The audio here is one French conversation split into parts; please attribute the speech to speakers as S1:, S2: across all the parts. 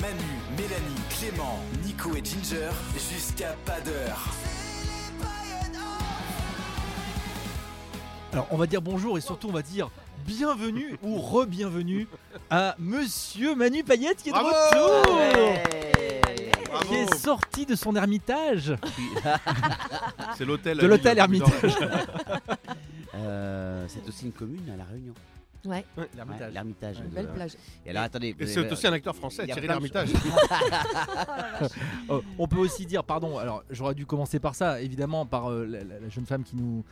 S1: Manu, Mélanie, Clément, Nico et Ginger, jusqu'à pas d'heure.
S2: Alors, on va dire bonjour et surtout, on va dire bienvenue ou re-bienvenue à monsieur Manu Payette qui est de
S3: Bravo
S2: retour
S3: Bravo.
S2: Qui est sorti de son ermitage
S3: C'est l'hôtel.
S2: De l'hôtel
S3: Amélie,
S2: Ermitage.
S3: dans la-
S4: Euh, c'est aussi une commune à La Réunion.
S5: Ouais,
S4: Ouais, L'Ermitage.
S5: une
S4: de-
S5: belle plage.
S4: Et alors attendez.
S3: Et
S4: vous
S3: c'est
S4: avez-
S3: aussi un acteur français,
S4: Il y a
S3: Thierry
S4: plein de-
S3: Lhermitage.
S2: Oh, on peut aussi dire, pardon, alors j'aurais dû commencer par ça, évidemment, par euh, la, la- la jeune femme qui nous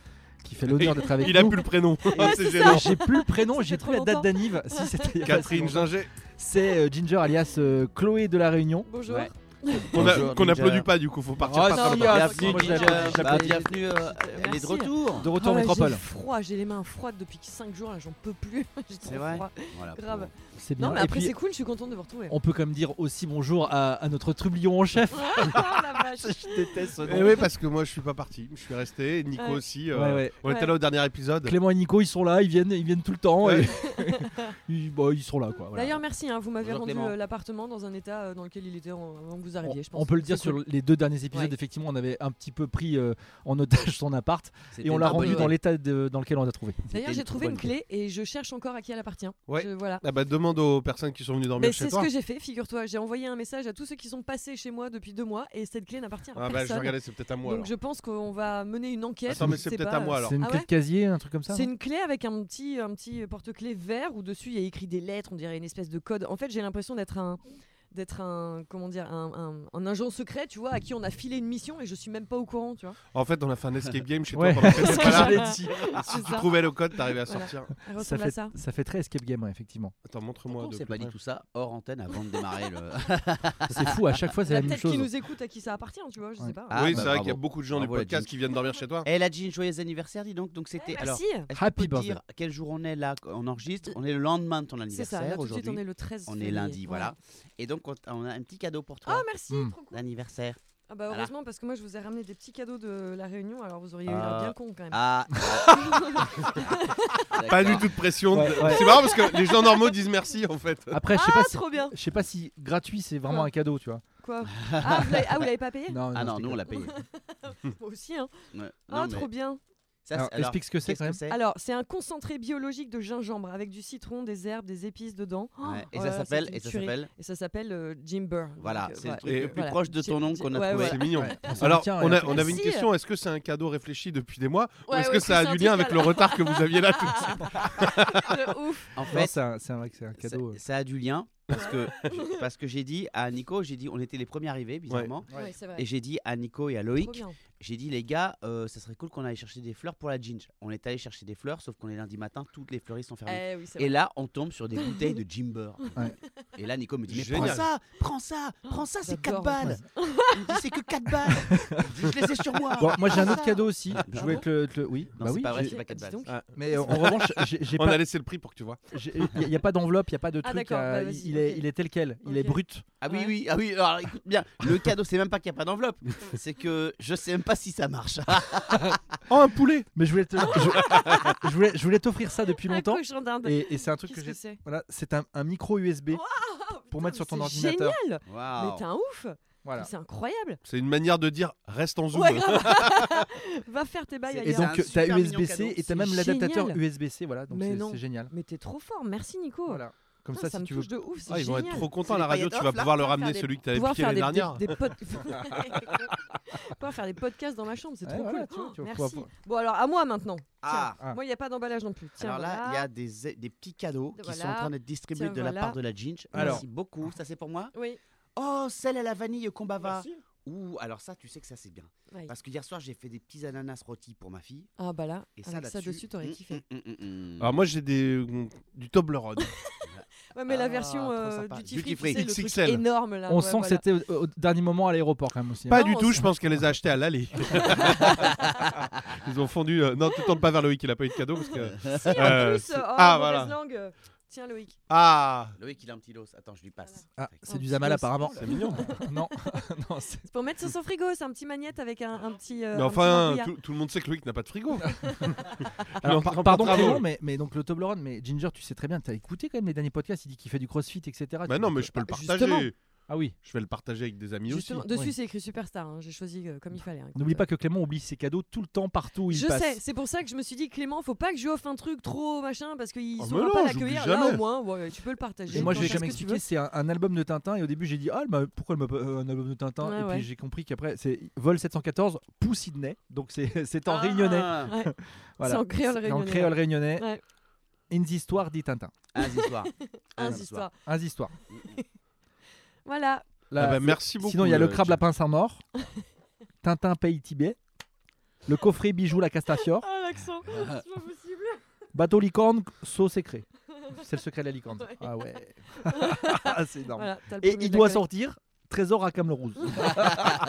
S2: qui fait l'honneur d'être avec
S3: Il a
S2: nous.
S3: plus le prénom. c'est
S2: Ah,
S3: gênant.
S2: J'ai plus le prénom,
S5: Ça
S2: j'ai
S5: fait
S2: plus
S5: trop
S2: la date
S5: longtemps.
S2: d'anniv. Si, c'était il y a pas
S3: Catherine
S2: si longtemps.
S3: Ginger.
S2: C'est euh, Ginger alias euh, Chloé de la Réunion.
S5: Bonjour.
S4: Ouais.
S3: Qu'on a-
S4: Bonjour,
S3: qu'on
S4: Ginger.
S3: applaudit pas du coup, faut partir
S2: Ah,
S3: pas
S2: si,
S3: par le
S2: il y
S3: bas.
S2: a-
S4: euh, Bienvenue
S2: Moi, je
S4: Ginger.
S2: l'applaudis, je
S4: Bah,
S2: l'applaudis.
S4: bienvenue. euh, elle est
S5: Merci.
S4: de retour.
S2: De retour en
S5: Ah ouais,
S2: métropole.
S5: J'ai froid, j'ai les mains froides depuis 5 jours, là j'en peux plus. j'ai trop
S4: C'est vrai
S5: froid.
S4: Voilà,
S5: Grave.
S4: bon.
S2: C'est bien.
S5: Non, mais
S2: Et
S5: après
S2: puis,
S5: c'est cool, je suis contente de vous retrouver.
S2: on peut quand même dire aussi bonjour à, à notre trublion en chef.
S5: Ah, la vache.
S2: je déteste ce nom.
S3: Eh oui, parce que moi je suis pas parti, je suis resté, Nico
S5: Ouais.
S3: aussi. euh,
S2: Ouais, ouais.
S3: On était
S5: Ouais.
S3: là au dernier épisode.
S2: Euh, Clément et Nico, ils sont là, ils viennent, ils viennent tout le temps. et-
S3: Ouais.
S2: ils, bah, ils sont là, quoi. voilà.
S5: D'ailleurs, merci, hein, vous m'avez
S4: Bonjour,
S5: rendu
S4: Clément.
S5: euh, l'appartement dans un état euh, dans lequel il était en- avant que vous
S2: On,
S5: arriviez, je pense.
S2: on peut le dire
S5: C'est
S2: sur
S5: cool.
S2: les deux derniers épisodes,
S5: Ouais.
S2: effectivement, on avait un petit peu pris euh, en otage son appart et on l'a
S4: Ah, bah,
S2: rendu
S4: oui.
S2: dans l'état de- dans lequel on l'a trouvé.
S5: D'ailleurs,
S4: une
S5: j'ai trouvé une
S4: bonne clé.
S5: clé et je cherche encore à qui elle appartient.
S3: Ouais.
S5: Je- voilà.
S3: Ah bah demande aux personnes qui sont venues dormir
S5: Mais
S3: chez
S5: c'est ce
S3: toi.
S5: que j'ai fait, figure-toi. J'ai envoyé un message à tous ceux qui sont passés chez moi depuis deux mois et cette clé n'appartient à
S3: Ah bah je vais
S5: personne.
S3: regarder, c'est peut-être à moi. alors.
S5: Donc je pense qu'on va mener une enquête.
S3: Attends, mais
S5: je
S3: c'est
S5: sais
S3: peut-être
S5: pas,
S3: à moi,
S5: euh,
S3: alors.
S2: C'est une
S5: Ah
S2: clé
S5: ouais
S2: de casier, un truc comme ça
S5: C'est
S2: non
S5: une clé avec un petit, un petit porte-clé vert où dessus il y a écrit des lettres, on dirait une espèce de code. En fait, j'ai l'impression d'être un d'être un comment dire un, un, un agent secret tu vois à qui on a filé une mission et je suis même pas au courant tu vois
S3: En fait, on a fait un escape game chez
S2: Ouais.
S3: toi pendant que
S2: C'est ce
S3: t'étais
S2: que
S3: pas là.
S2: j'allais dire.
S3: Si tu
S5: ça.
S3: trouvais le code, t'arrivais à
S5: Voilà.
S3: sortir.
S5: Elle
S2: Ça
S5: ressemble
S2: fait,
S5: à ça
S2: ça fait très escape game, ouais, effectivement.
S3: Attends, montre-moi.
S4: Pourquoi on
S3: de
S4: s'est pas
S3: plus
S4: dit tout ça hors antenne avant de démarrer le.
S2: C'est fou, à chaque fois,
S5: il
S2: c'est
S5: y
S2: la
S5: a
S2: même
S5: Bah, peut-être qui
S2: chose.
S5: nous écoute à qui ça appartient tu vois je
S2: Ouais.
S5: sais pas
S4: Ah,
S3: oui,
S4: bah,
S3: c'est vrai qu'il y a
S4: bravo.
S3: beaucoup de gens du
S4: Bravo, la
S3: podcast
S4: Ginger.
S3: qui viennent dormir chez toi.
S4: Elle a dit joyeux anniversaire, dis donc. Donc c'était. Alors,
S5: Ah, merci
S4: est-ce qu'on
S2: Happy
S4: peut
S2: birthday.
S4: dire quel jour on est là On enregistre. On est le lendemain de ton
S5: c'est ça là
S4: anniversaire
S5: tout de suite on est
S4: aujourd'hui.
S5: le 13
S4: On est
S5: février.
S4: lundi, voilà. Et donc on- on a un petit cadeau pour
S5: ah
S4: toi.
S5: merci
S2: Mm.
S5: trop cool
S4: L'anniversaire.
S5: ah bah
S4: Voilà.
S5: heureusement parce que moi je vous ai ramené des petits cadeaux de la réunion alors vous auriez eu l'air
S4: Ah.
S5: bien con quand même
S4: Ah.
S3: Pas
S4: D'accord.
S3: du tout de pression.
S2: Ouais, ouais.
S3: C'est marrant parce que les gens normaux disent merci en fait.
S2: Après, je sais pas si.
S5: Ah, trop bien
S2: Je sais pas si gratuit c'est vraiment
S5: Ouais.
S2: un cadeau, tu vois.
S5: quoi ah vous l'avez ah, vous l'avez pas payé
S2: Non,
S4: Ah non,
S2: c'était
S4: nous on
S2: cool.
S4: l'a payé.
S5: moi aussi hein
S4: Ouais. Hmm.
S5: ah
S4: Non, mais
S5: trop bien
S4: ça, c'est-
S2: Alors,
S4: alors,
S2: explique ce que c'est
S4: qu'est-ce
S2: quand même.
S4: que c'est
S5: Alors, c'est un concentré biologique de gingembre avec du citron, des herbes, des épices dedans. Oh,
S4: Ouais, et
S5: oh
S4: ça
S5: là là,
S4: s'appelle, et
S5: c'était une
S4: ça
S5: tuerie.
S4: s'appelle,
S5: Et ça s'appelle euh, Jimber.
S4: voilà,
S5: Donc, euh,
S4: c'est le
S5: ouais.
S4: truc
S3: Et-
S4: le plus
S5: voilà.
S4: proche de ton nom
S5: J'ai-
S4: qu'on a
S5: ouais,
S4: trouvé.
S5: Ah ouais.
S3: C'est mignon.
S2: Ouais, on s'en
S3: Alors,
S2: tient,
S3: on,
S2: et
S3: a-
S2: après-
S3: on avait une
S5: Merci.
S3: question est-ce que c'est un cadeau réfléchi depuis des mois ou
S5: Ouais,
S3: est-ce
S5: ouais,
S3: que ça
S5: c'est
S3: a
S5: un
S3: du lien
S5: truc
S3: avec le retard que vous aviez là tout de suite
S5: De ouf.
S4: En
S2: Non,
S4: fait,
S2: c'est un, c'est un- Oh, c'est un
S4: ça,
S2: cadeau. euh.
S4: ça a du lien parce que parce que j'ai dit à Nico, j'ai dit on était les premiers arrivés bizarrement.
S5: Ouais, c'est vrai.
S4: Et j'ai dit à Nico et à
S5: Trop
S4: Loïc,
S5: bien.
S4: j'ai dit les gars, euh, ça serait cool qu'on aille chercher des fleurs pour la ginge. On est allé chercher des fleurs, sauf qu'on est lundi matin, toutes les fleuristes sont fermées.
S5: Eh oui, c'est
S4: Ah Et
S5: vrai.
S4: là, on tombe sur des bouteilles de Jimber.
S2: Ouais.
S4: Et là, Nico me dit Mais
S3: Génial.
S4: prends ça, prends ça, prends ça, c'est 4
S5: j'adore,
S4: balles. Il me dit C'est que 4 balles. Il me dit, Je les ai sur moi.
S2: Bon, moi j'ai un
S4: Prends
S2: autre
S4: ça.
S2: cadeau aussi. Je
S4: Ah
S2: voulais
S4: bon
S2: te le, te le- Oui,
S4: Non,
S2: bah
S4: c'est
S2: oui.
S4: pas vrai,
S2: j'ai-
S4: c'est pas 4
S5: Dis
S4: balles.
S5: donc.
S2: Mais euh, en revanche, j'ai j'ai
S3: On
S2: pas-
S3: a laissé le prix pour que tu vois.
S2: j'ai- il n'y a, pas d'enveloppe, il n'y a pas de
S5: Ah,
S2: truc.
S5: d'accord,
S2: euh,
S5: bah, vas-y,
S2: il, est,
S5: ok.
S2: il est tel quel, il est
S5: Ok.
S2: brut.
S4: Ah oui,
S5: Ouais.
S4: oui, ah oui, alors écoute bien, le cadeau, c'est même pas qu'il n'y a pas d'enveloppe, c'est que je sais même pas si ça marche.
S3: Oh, un poulet
S2: Mais je voulais te- je- je voulais, je voulais t'offrir ça depuis
S5: Un
S2: longtemps.
S5: cochon d'Inde.
S2: Et, et c'est un truc que
S5: Qu'est-ce que
S2: j'ai.
S5: c'est
S2: Voilà, c'est un, un micro USB
S5: Wow,
S2: pour
S5: Putain,
S2: mettre sur
S5: mais
S2: ton
S5: c'est
S2: ordinateur.
S5: Génial. Mais
S4: Waouh.
S5: t'es un ouf.
S2: Voilà.
S5: Mais C'est incroyable.
S3: C'est une manière de dire reste en zoom. hein.
S5: Ouais, grave. Va faire tes
S4: Et
S5: bails
S2: Et
S5: ailleurs.
S4: C'est un
S2: donc t'as
S4: super mignon
S2: USB-C
S4: cadeau,
S2: et t'as
S4: c'est
S2: même l'adaptateur
S5: génial.
S2: USB-C. Voilà, donc
S5: Mais
S2: c'est
S5: non.
S2: c'est génial.
S5: Mais t'es trop fort. Merci Nico.
S2: Voilà.
S3: Comme
S5: Putain,
S3: ça,
S5: ça
S3: si
S5: me
S3: tu veux.
S5: touche de ouf, c'est
S3: Ah, ils vont être
S5: génial.
S3: trop contents à
S6: C'est
S3: la
S6: les
S3: radio, tu
S6: paillettes
S3: vas
S6: off, là,
S3: pouvoir leur
S6: pour
S3: ramener
S6: faire
S3: celui que t'avais
S5: pouvoir
S3: piqué
S5: faire
S3: l'année
S5: des,
S3: dernière.
S5: des- des pod- pouvoir faire des podcasts dans ma chambre, c'est
S2: Ouais,
S5: trop
S2: voilà, tu
S5: cool.
S2: vois, tu vas
S5: Merci.
S2: pouvoir-
S5: Bon alors à moi maintenant.
S4: Ah.
S2: Ah.
S5: Moi il n'y a pas d'emballage non plus. Tiens,
S4: Alors là, il
S5: voilà.
S4: y a des, eh, des petits cadeaux qui sont en
S5: voilà.
S4: train d'être distribués
S5: Tiens,
S4: de
S5: voilà.
S4: la part de la Ginge.
S2: Alors.
S4: Merci beaucoup. Ça, c'est pour moi.
S5: Oui.
S4: Oh, celle à la vanille Combava. Ouh, alors ça, tu sais que ça, c'est bien.
S5: Ouais.
S4: Parce que hier soir, j'ai fait des petits ananas rôtis pour ma fille.
S5: Ah bah là,
S4: Et ça,
S5: avec ça
S4: là-dessus,
S5: dessus t'aurais
S4: mm,
S5: kiffé.
S4: mm, mm, mm, mm.
S3: Alors, moi, j'ai des... mm, du Toblerone.
S5: Ouais mais la
S4: Ah,
S5: version
S4: trop
S5: euh,
S4: sympa.
S5: duty
S3: Duty free.
S5: free, tu sais, le truc
S3: XXL.
S5: énorme là.
S2: On
S5: ouais,
S2: sent que
S5: voilà.
S2: c'était au, au dernier moment à l'aéroport quand même aussi. hein.
S3: Pas
S5: Non,
S3: du
S5: on
S3: tout,
S5: sait.
S3: je pense qu'elle les a achetés à l'aller. Ils ont fondu. euh, Non, tu tournes pas vers Loïc, il a pas eu de cadeau. Parce que...
S5: Si, en
S3: Euh,
S5: plus,
S3: c'est-
S5: oh,
S3: ah, voilà.
S5: mauvaise langue. euh, Tiens Loïc.
S3: Ah
S4: Loïc, il a un petit dos. Attends, je lui passe.
S2: Ah, c'est
S5: Un
S2: du
S5: petit
S2: Zamal
S5: os.
S2: apparemment.
S3: C'est mignon.
S2: non, non, c'est-
S5: C'est pour mettre sur son frigo, c'est un petit magnète avec un, un petit. euh,
S3: Mais
S5: un petit
S3: enfin,
S5: marbouillat.
S3: tout, tout le monde sait que Loïc n'a pas de frigo.
S2: Alors,
S3: Non,
S2: par-
S3: pas
S2: pardon
S3: bravo.
S2: Clément, mais, mais donc le Toblerone, mais Ginger, tu sais très bien, t'as écouté quand même les derniers podcasts, il dit qu'il fait du crossfit, etc. Tu
S3: Bah non,
S2: peux-
S3: mais je peux le
S2: Ah,
S3: partager.
S2: justement. Ah oui,
S3: Je vais le partager avec des amis
S5: Justement,
S3: aussi.
S5: dessus
S2: oui.
S5: c'est écrit superstar. hein, J'ai choisi euh, comme il fallait. hein, écoute.
S2: n'oublie pas que Clément oublie ses cadeaux tout le temps, partout où il
S5: Je
S2: passe.
S5: sais, c'est pour ça que je me suis dit Clément, faut pas que je lui offre un truc trop machin parce qu'ils
S3: Ah, mais
S5: ne sauront
S3: non,
S5: pas
S3: j'oublie
S5: l'accueillir. Là au
S3: jamais.
S5: moins, ouais, tu peux le partager.
S2: Et moi, je vais
S5: t'en fais
S2: jamais
S5: ce que tu
S2: expliquer, c'est un, un album de Tintin. Et au début, j'ai dit, ah, elle m'a- pourquoi elle m'a pas- euh, un album de Tintin
S5: Ouais,
S2: Et
S5: ouais.
S2: puis j'ai compris qu'après, c'est Vol 714, Pou Sydney. Donc c'est c'est en
S4: Ah.
S2: réunionnais.
S5: veux. Ouais.
S2: Voilà.
S5: C'est en créole
S2: En
S5: réunionnais,
S2: créole réunionnais.
S5: Ouais.
S2: Une histoire dit Tintin.
S4: Un histoire.
S5: Un
S4: Un
S5: histoire.
S2: Un histoire.
S5: Ah, Voilà.
S3: Ah
S2: Là,
S3: bah, merci beaucoup.
S2: Sinon, il y a le
S3: euh,
S2: crabe la pince en or, Tintin pays Tibet, le coffret bijou la castafiore,
S5: Ah, l'accent, c'est pas possible.
S2: bateau licorne, saut secret. C'est le secret de la licorne.
S5: Ouais.
S2: Ah ouais. c'est énorme.
S5: Voilà, t'as le
S2: Et
S5: premier
S2: il
S5: de la
S2: doit
S5: collecte.
S2: sortir Trésor à Cameroun.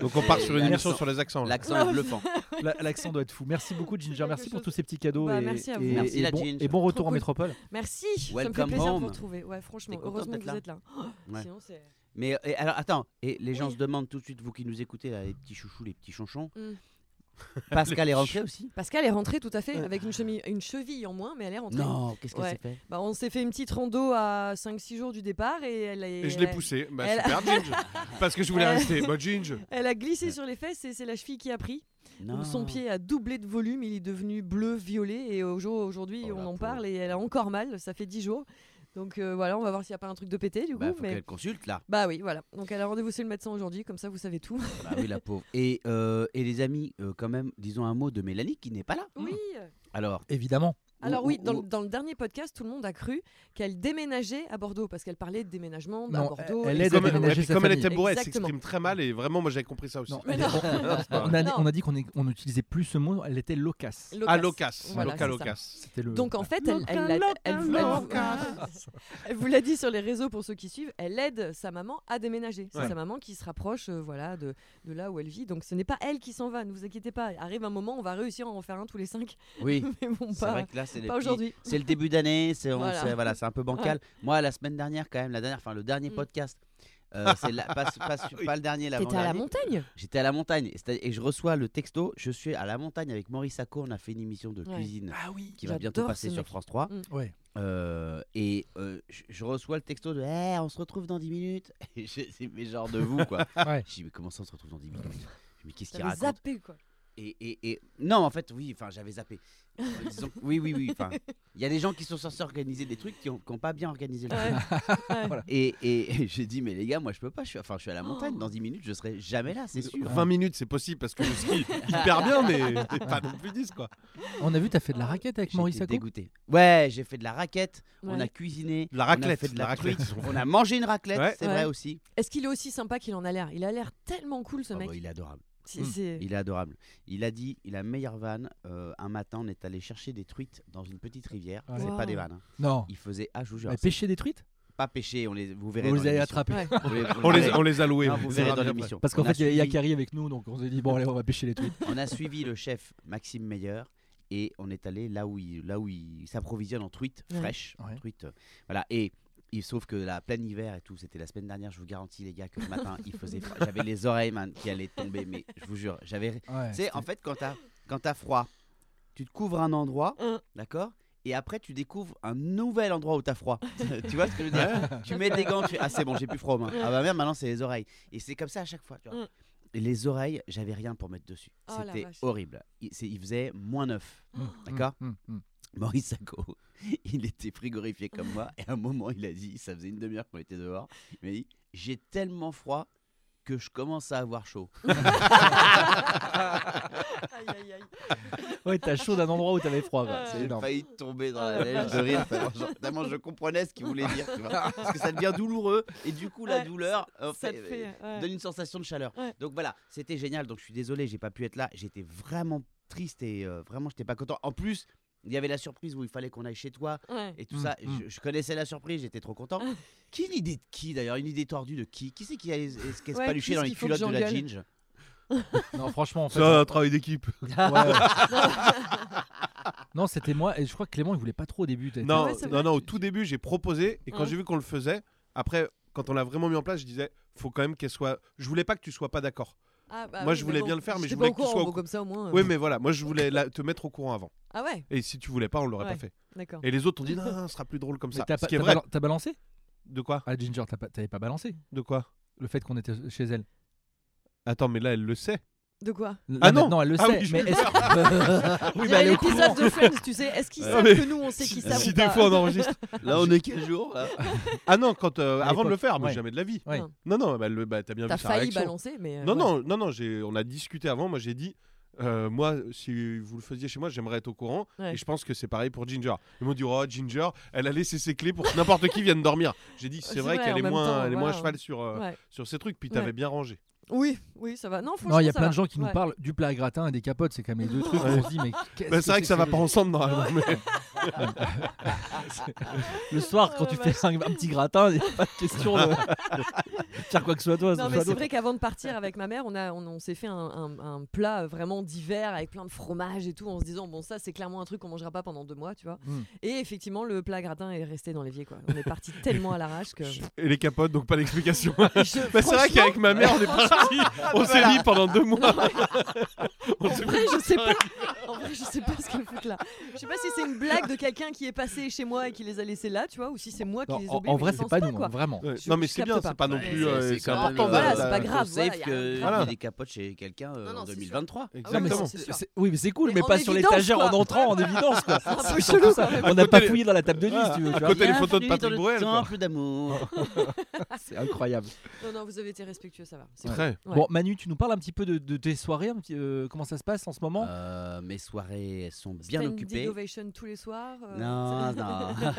S3: Donc on part sur une
S4: L'accent.
S3: émission sur les accents. là.
S4: L'accent est bluffant.
S2: La- L'accent doit être fou. Merci beaucoup, Ginger.
S5: quelque
S2: Merci pour
S5: chose.
S2: tous ces petits cadeaux.
S5: Bah,
S2: et,
S5: merci à vous.
S2: et-
S4: Merci,
S2: et
S4: la
S2: bon,
S4: Ginger.
S2: et bon retour
S5: Trop
S2: en
S5: cool.
S2: métropole.
S5: Merci, ça me
S4: Welcome
S5: fait plaisir de
S4: home.
S5: vous retrouver. Ouais, franchement,
S4: T'es contente
S5: heureusement que
S4: d'être
S5: vous êtes là. Oh,
S4: Ouais.
S5: Sinon, c'est.
S4: Mais euh, et alors, attends, et les gens
S5: Oui.
S4: se demandent tout de suite, vous qui nous écoutez, là, les petits chouchous, les petits chonchons.
S5: Mm.
S4: Pascal est rentré aussi
S5: Pascal est rentré tout à fait avec une, chemi- une cheville en moins, mais elle est rentrée.
S4: Non, qu'est-ce qu'elle
S5: Ouais.
S4: s'est fait
S5: Bah, on s'est fait une petite rando à 5-6 jours du départ et elle est-
S3: Et je l'ai
S5: elle-
S3: poussé. Bah,
S5: elle-
S3: super, Ginge. Parce que je voulais
S5: Elle-
S3: rester. Bah, Ginge.
S5: Elle a glissé sur les fesses et c'est la cheville qui a pris.
S4: Non.
S5: Son pied a doublé de volume, il est devenu bleu, violet et au jour- aujourd'hui
S4: Oh,
S5: on
S4: la
S5: en
S4: pauvre.
S5: parle et elle a encore mal, ça fait 10 jours. Donc euh, voilà, on va voir s'il n'y a pas un truc de pété du coup.
S4: Bah, faut
S5: mais...
S4: qu'elle consulte là.
S5: Bah oui, voilà. Donc elle a rendez-vous chez le médecin aujourd'hui, comme ça vous savez tout.
S4: Bah oui, la pauvre. Et, euh, et les amis, euh, quand même, disons un mot de Mélanie qui n'est pas là.
S5: Oui.
S4: Alors,
S2: Évidemment.
S5: Alors
S4: Ou-
S5: oui,
S4: ou-
S5: dans, le-
S4: ou-
S5: dans le dernier podcast, tout le monde a cru qu'elle déménageait à Bordeaux parce qu'elle parlait de déménagement à
S2: Non,
S5: Bordeaux.
S2: elle
S5: et-
S2: aide à
S3: Comme, et
S2: déménager
S3: puis
S2: sa
S3: comme elle
S2: famille.
S3: était bourrée, elle
S5: Exactement.
S3: s'exprime très mal. Et vraiment, moi, j'avais compris ça aussi.
S2: Non,
S5: Mais
S2: elle
S5: non.
S2: est- on, a,
S5: Non.
S2: on a dit qu'on est- on n'utilisait plus ce mot. Elle était loquace.
S5: Locasse.
S3: Ah, Locas.
S5: Voilà,
S3: Loca,
S5: c'est ça.
S3: Locas.
S2: C'était le-
S5: Donc en fait, elle, elle, l'a- elle vous l'a- elle vous l'a dit sur les réseaux pour ceux qui suivent, elle aide sa maman à déménager. C'est
S3: Ouais.
S5: sa maman qui se rapproche euh, voilà, de, de là où elle vit. Donc ce n'est pas elle qui s'en va, ne vous inquiétez pas. Arrive un moment, on va réussir à en faire un tous les cinq.
S4: oui,
S5: Mais bon,
S4: c'est
S5: pas,
S4: vrai que là, c'est les
S5: pas
S4: petits-
S5: aujourd'hui.
S4: C'est le début d'année, c'est on-
S5: Voilà.
S4: c'est- voilà, c'est un peu bancal. Moi, la semaine dernière, quand même, la dernière, enfin le dernier
S5: Mm.
S4: podcast, euh, c'est la- pas, pas- pas le dernier,
S5: T'étais à la
S4: l'avant-dernier.
S5: montagne
S4: J'étais à la montagne et c'est- et je reçois le texto. Je suis à la montagne avec Maurice Sacco. On a fait une émission de
S5: Ouais.
S4: cuisine
S2: Ah oui.
S4: qui va
S5: J'adore
S4: bientôt passer
S5: ce
S4: sur
S5: mec.
S4: France 3.
S5: Mm.
S2: Ouais.
S4: Euh, et euh, je, je reçois le texto de Eh, on se retrouve dans 10 minutes. Et je- C'est mes genres de vous, quoi.
S2: Ouais.
S4: Je dis Mais comment ça, on se retrouve dans 10 minutes Je dis, Mais qu'est-ce qu'il
S5: T'avais
S4: raconte
S5: zappé quoi.
S4: et, et- et- Non, en fait, oui, enfin, j'avais zappé. Euh, disons que- oui, oui, oui. enfin, Il y a des gens qui sont censés organiser des trucs qui n'ont pas bien organisé le
S5: Ouais.
S4: truc.
S5: Ouais. Oh.
S4: Et, et- et j'ai dit Mais les gars, moi, je peux pas. Je suis, enfin, je suis à la montagne. Dans 10 minutes, je serai jamais là, c'est sûr.
S3: 20 Euh, minutes, c'est possible parce que je skie hyper bien, mais t'es pas non plus 10 quoi.
S2: On a vu, t'as fait de la raquette avec
S4: J'étais
S2: Maurice Sacco.
S4: dégoûté. Ouais, j'ai fait de la raquette. On
S5: Ouais.
S4: a cuisiné.
S3: De la
S4: on a
S3: raclette,
S4: fait de la,
S3: la raclette,
S4: truite,
S3: ils ont fait.
S4: On a mangé une raclette,
S3: Ouais.
S4: c'est
S5: Ouais.
S4: vrai aussi.
S5: Est-ce qu'il est aussi sympa qu'il en a l'air Il a l'air tellement cool ce
S4: Ah
S5: mec.
S4: bah, il est adorable.
S5: C'est- c'est-
S4: Il est adorable. Il a dit, il a meilleure vanne. euh, un matin, on est allé chercher des truites dans une petite rivière.
S2: Ouais.
S4: C'est
S5: Wow.
S4: pas des vannes. hein.
S2: Non.
S4: Il faisait, ah, je vous jure,
S2: Elle
S4: c'est
S2: pêchait des truites
S4: pas pêché. On les, vous verrez.
S2: Vous
S4: dans
S2: les avez
S4: l'émission.
S2: attrapés.
S4: Vous les- vous
S3: On les,
S4: verrez.
S3: on les a loués.
S4: Non, Ah,
S3: on
S4: vous verrez
S3: verra
S4: dans
S3: bien
S4: l'émission.
S2: Parce qu'en
S4: On a
S2: fait, il y a- il y a
S4: suivi-
S2: Kari avec nous, donc on s'est dit, bon, allez, on va pêcher les truites.
S4: On a suivi le chef Maxime Meyer et on est allé là où il, là où il s'approvisionne en truites
S5: Ouais.
S4: fraîches. en
S2: Ouais.
S4: truites, euh, voilà. Et il, sauf que la pleine hiver et tout, c'était la semaine dernière, je vous garantis les gars que le matin, il faisait froid. J'avais les oreilles man, qui allaient tomber, mais je vous jure, j'avais.
S2: Ouais.
S4: Tu sais, en fait, quand t'as quand t'as froid, tu te couvres un endroit,
S5: Hein.
S4: d'accord et après, tu découvres un nouvel endroit où t'as froid. tu vois ce que je veux dire Tu mets des gants, tu fais, Ah, c'est bon, j'ai plus froid aux mains. Ah, bah merde, maintenant, c'est les oreilles. Et c'est comme ça à chaque fois. Tu vois.
S5: Mm.
S4: Et les oreilles, j'avais rien pour mettre dessus.
S5: Oh la
S4: C'était
S5: vache. Oh.
S4: horrible. Il, c'est- il faisait moins 9.
S2: Mm,
S4: D'accord
S2: mm, mm, mm.
S4: Maurice Sacco, il était frigorifié comme moi. Et à un moment, il a dit, ça faisait une demi-heure qu'on était dehors, il m'a dit J'ai tellement froid que je commence à avoir chaud.
S5: Aïe, aïe, aïe.
S2: Ouais, t'as chaud d'un endroit où t'avais froid. quoi. C'est
S4: J'ai
S2: énorme.
S4: failli tomber dans la neige de rire. tellement, genre, tellement je comprenais ce qu'il voulait dire. tu vois. Parce que ça devient douloureux. Et du coup, la
S5: Ouais,
S4: douleur en
S5: Ça te
S4: fait,
S5: fait. ouais.
S4: donne une sensation de chaleur.
S5: Ouais.
S4: Donc voilà, c'était génial. Donc je suis désolé, j'ai pas pu être là. J'étais vraiment triste et euh, vraiment j'étais pas content. En plus, il y avait la surprise où il fallait qu'on aille chez toi
S5: Ouais.
S4: et tout
S2: Mm,
S4: ça.
S2: mm.
S4: Je, je connaissais la surprise, j'étais trop content. qui une idée de qui d'ailleurs Une idée tordue de qui Qui c'est qui a es- escaladé
S5: Ouais,
S4: paluché
S5: qui
S4: dans
S5: est-ce
S4: les
S5: qu'il faut que
S4: culottes de la
S5: j'engueule
S4: ginge
S2: Non, franchement, en fait.
S3: Ça, un travail d'équipe.
S2: ouais, ouais. non, c'était moi. Et je crois que Clément, il voulait pas trop au début. t'as été-
S3: Non,
S5: Ouais, c'est
S3: non, non, au tout début, j'ai proposé et quand
S5: Hein
S3: j'ai vu qu'on le faisait, après, quand on l'a vraiment mis en place, je disais, faut quand même qu'elle soit. Je voulais pas que tu sois pas d'accord.
S5: Ah, bah
S3: Moi,
S5: oui,
S3: je voulais
S5: bon,
S3: bien le faire, mais je
S5: j'étais
S3: voulais que
S5: pas au
S3: tu sois
S5: courant,
S3: au
S5: bon,
S3: cou-
S5: comme ça au moins. euh.
S3: Oui, mais voilà, moi je voulais la- te mettre au courant avant.
S5: Ah ouais,
S3: Et si tu voulais pas, on l'aurait
S5: Ouais.
S3: pas fait.
S5: d'accord.
S3: Et les autres ont dit, non, non, ce sera plus drôle comme
S2: Mais
S3: ça.
S2: t'as
S3: Ce
S2: pas-
S3: qui est
S2: t'as
S3: vrai.
S2: balan- t'as balancé
S3: De quoi
S2: Ah, Ginger, t'as pas- t'avais pas balancé
S3: De quoi
S2: le fait qu'on était chez elle.
S3: Attends, mais là, elle le sait.
S5: De quoi
S3: Ah non
S2: Non, elle le
S3: Ah
S2: sait.
S3: oui, j'ai
S2: mais
S3: eu
S2: est-ce que- Oui,
S5: Il y
S2: mais
S5: a
S2: elle est au
S5: l'épisode
S2: courant.
S5: de Friends, tu sais. Est-ce qu'ils
S3: Ouais.
S5: savent
S3: Mais
S5: que nous, on sait qu'ils savent
S3: si
S5: ou
S3: des
S5: pas
S3: fois on enregistre.
S4: Là, on est quel jour là
S3: Ah non, quand, euh,
S2: À
S3: avant de le
S2: l'époque,
S3: faire, mais
S2: ouais.
S3: jamais de la vie.
S2: Ouais.
S3: Non, non, bah, le- bah, t'as bien
S5: T'as
S3: vu sa
S5: failli
S3: réaction.
S5: balancer, mais. euh,
S3: Non,
S5: ouais.
S3: non, non, non, j'ai- on a discuté avant. Moi, j'ai dit, euh, moi, si vous le faisiez chez moi, j'aimerais être au courant.
S5: Ouais.
S3: Et je pense que c'est pareil pour Ginger. Ils m'ont dit, oh, Ginger, elle a laissé ses clés pour que n'importe qui vienne dormir. J'ai dit,
S5: C'est
S3: c'est vrai,
S5: vrai, en
S3: qu'elle est,
S5: même
S3: moins,
S5: temps,
S3: elle est moins à
S5: voilà.
S3: cheval sur, euh,
S5: Ouais.
S3: sur ces trucs. Puis
S5: Ouais.
S3: t'avais bien rangé.
S5: Oui, oui, ça va. Non, franchement.
S2: Non, il y a
S5: ça
S2: plein
S5: va.
S2: de gens qui nous
S5: Ouais.
S2: parlent du plat à gratin et des capotes. C'est quand même les deux trucs. où On se dit, mais qu'est-ce
S3: Bah, c'est vrai que ça va
S2: les
S3: pas ensemble normalement. mais-
S2: Le soir, quand
S5: Ah,
S2: tu
S5: la
S2: fais un, un petit gratin, il n'y a pas de question de de faire quoi que ce soit toi.
S5: Non,
S2: ce
S5: mais
S2: soit
S5: c'est
S2: d'autre.
S5: vrai qu'avant de partir avec ma mère, on, a, on, on s'est fait un, un- un plat vraiment d'hiver avec plein de fromage et tout, en se disant, bon, ça, c'est clairement un truc qu'on mangera pas pendant deux mois, tu vois.
S2: Mm.
S5: Et effectivement, le plat gratin est resté dans l'évier, quoi. On est parti tellement à l'arrache que.
S3: Et les capotes, donc pas d'explication.
S5: Je-
S3: Bah, c'est vrai
S5: franchement,
S3: qu'avec ma mère, on est parti. On s'est mis pendant deux mois. On s'est
S5: En vrai, je sais pas. En vrai, je sais pas ce qu'elle fout là. Je sais pas si c'est une blague de quelqu'un qui est passé chez moi et qui les a laissés là, tu vois, ou si c'est moi qui
S2: Non,
S5: les ai
S2: en,
S5: oubliés.
S2: en
S5: mais
S2: vrai,
S5: je
S2: c'est
S5: pense
S2: pas nous,
S5: quoi.
S2: hein, vraiment.
S3: Ouais,
S5: Je-
S3: non mais
S5: je
S3: c'est bien,
S5: capte pas.
S3: c'est pas non plus, euh, c'est
S5: quand même,
S3: important.
S5: euh, voilà,
S3: de-
S5: c'est pas
S3: de-
S5: grave, voilà,
S4: safe
S5: y a
S4: que
S5: un grave
S4: qu'il y ait
S3: idée.
S4: des capotes chez quelqu'un euh,
S5: Non, non,
S4: en
S5: c'est sûr.
S4: 2023.
S5: Ah oui,
S3: Exactement.
S5: c'est sûr.
S2: C'est- Oui, mais c'est cool,
S5: Mais
S2: mais,
S5: en
S2: pas sur
S5: évidence,
S2: l'étagère
S5: quoi.
S2: en entrant, en évidence. Quoi.
S5: C'est un
S2: C'est
S5: peu
S2: surtout
S5: chelou,
S2: ça.
S5: quand même.
S2: On n'a pas
S3: Côté-
S2: fouillé dans la table de nuit, si tu veux. tu
S3: à
S2: vois.
S3: côté les photos de
S4: Bienvenue
S3: Patrick
S4: dans le
S3: Bruel, quoi.
S4: temple d'amour.
S2: C'est incroyable.
S5: Non, non, vous avez été respectueux, ça va. C'est cool.
S3: Très.
S5: Ouais.
S2: Bon, Manu, tu nous parles un petit peu de, de tes soirées, un petit- euh, comment ça se passe en ce moment
S4: Euh, mes soirées elles sont bien
S5: Standing
S4: occupées.
S5: ovation tous les soirs. euh,
S4: Non,
S5: c'est-
S4: non.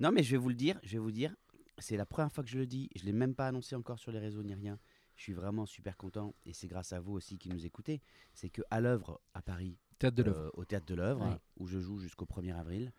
S4: Non, mais je vais vous le dire, je vais vous dire, c'est la première fois que je le dis. Je l'ai même pas annoncé encore sur les réseaux ni rien. Je suis vraiment super content et c'est grâce à vous aussi qui nous écoutez. C'est que à l'œuvre à Paris,
S2: Théâtre de l'œuvre.
S4: euh, au théâtre de l'œuvre,
S2: Ouais.
S4: où je joue jusqu'au 1er avril,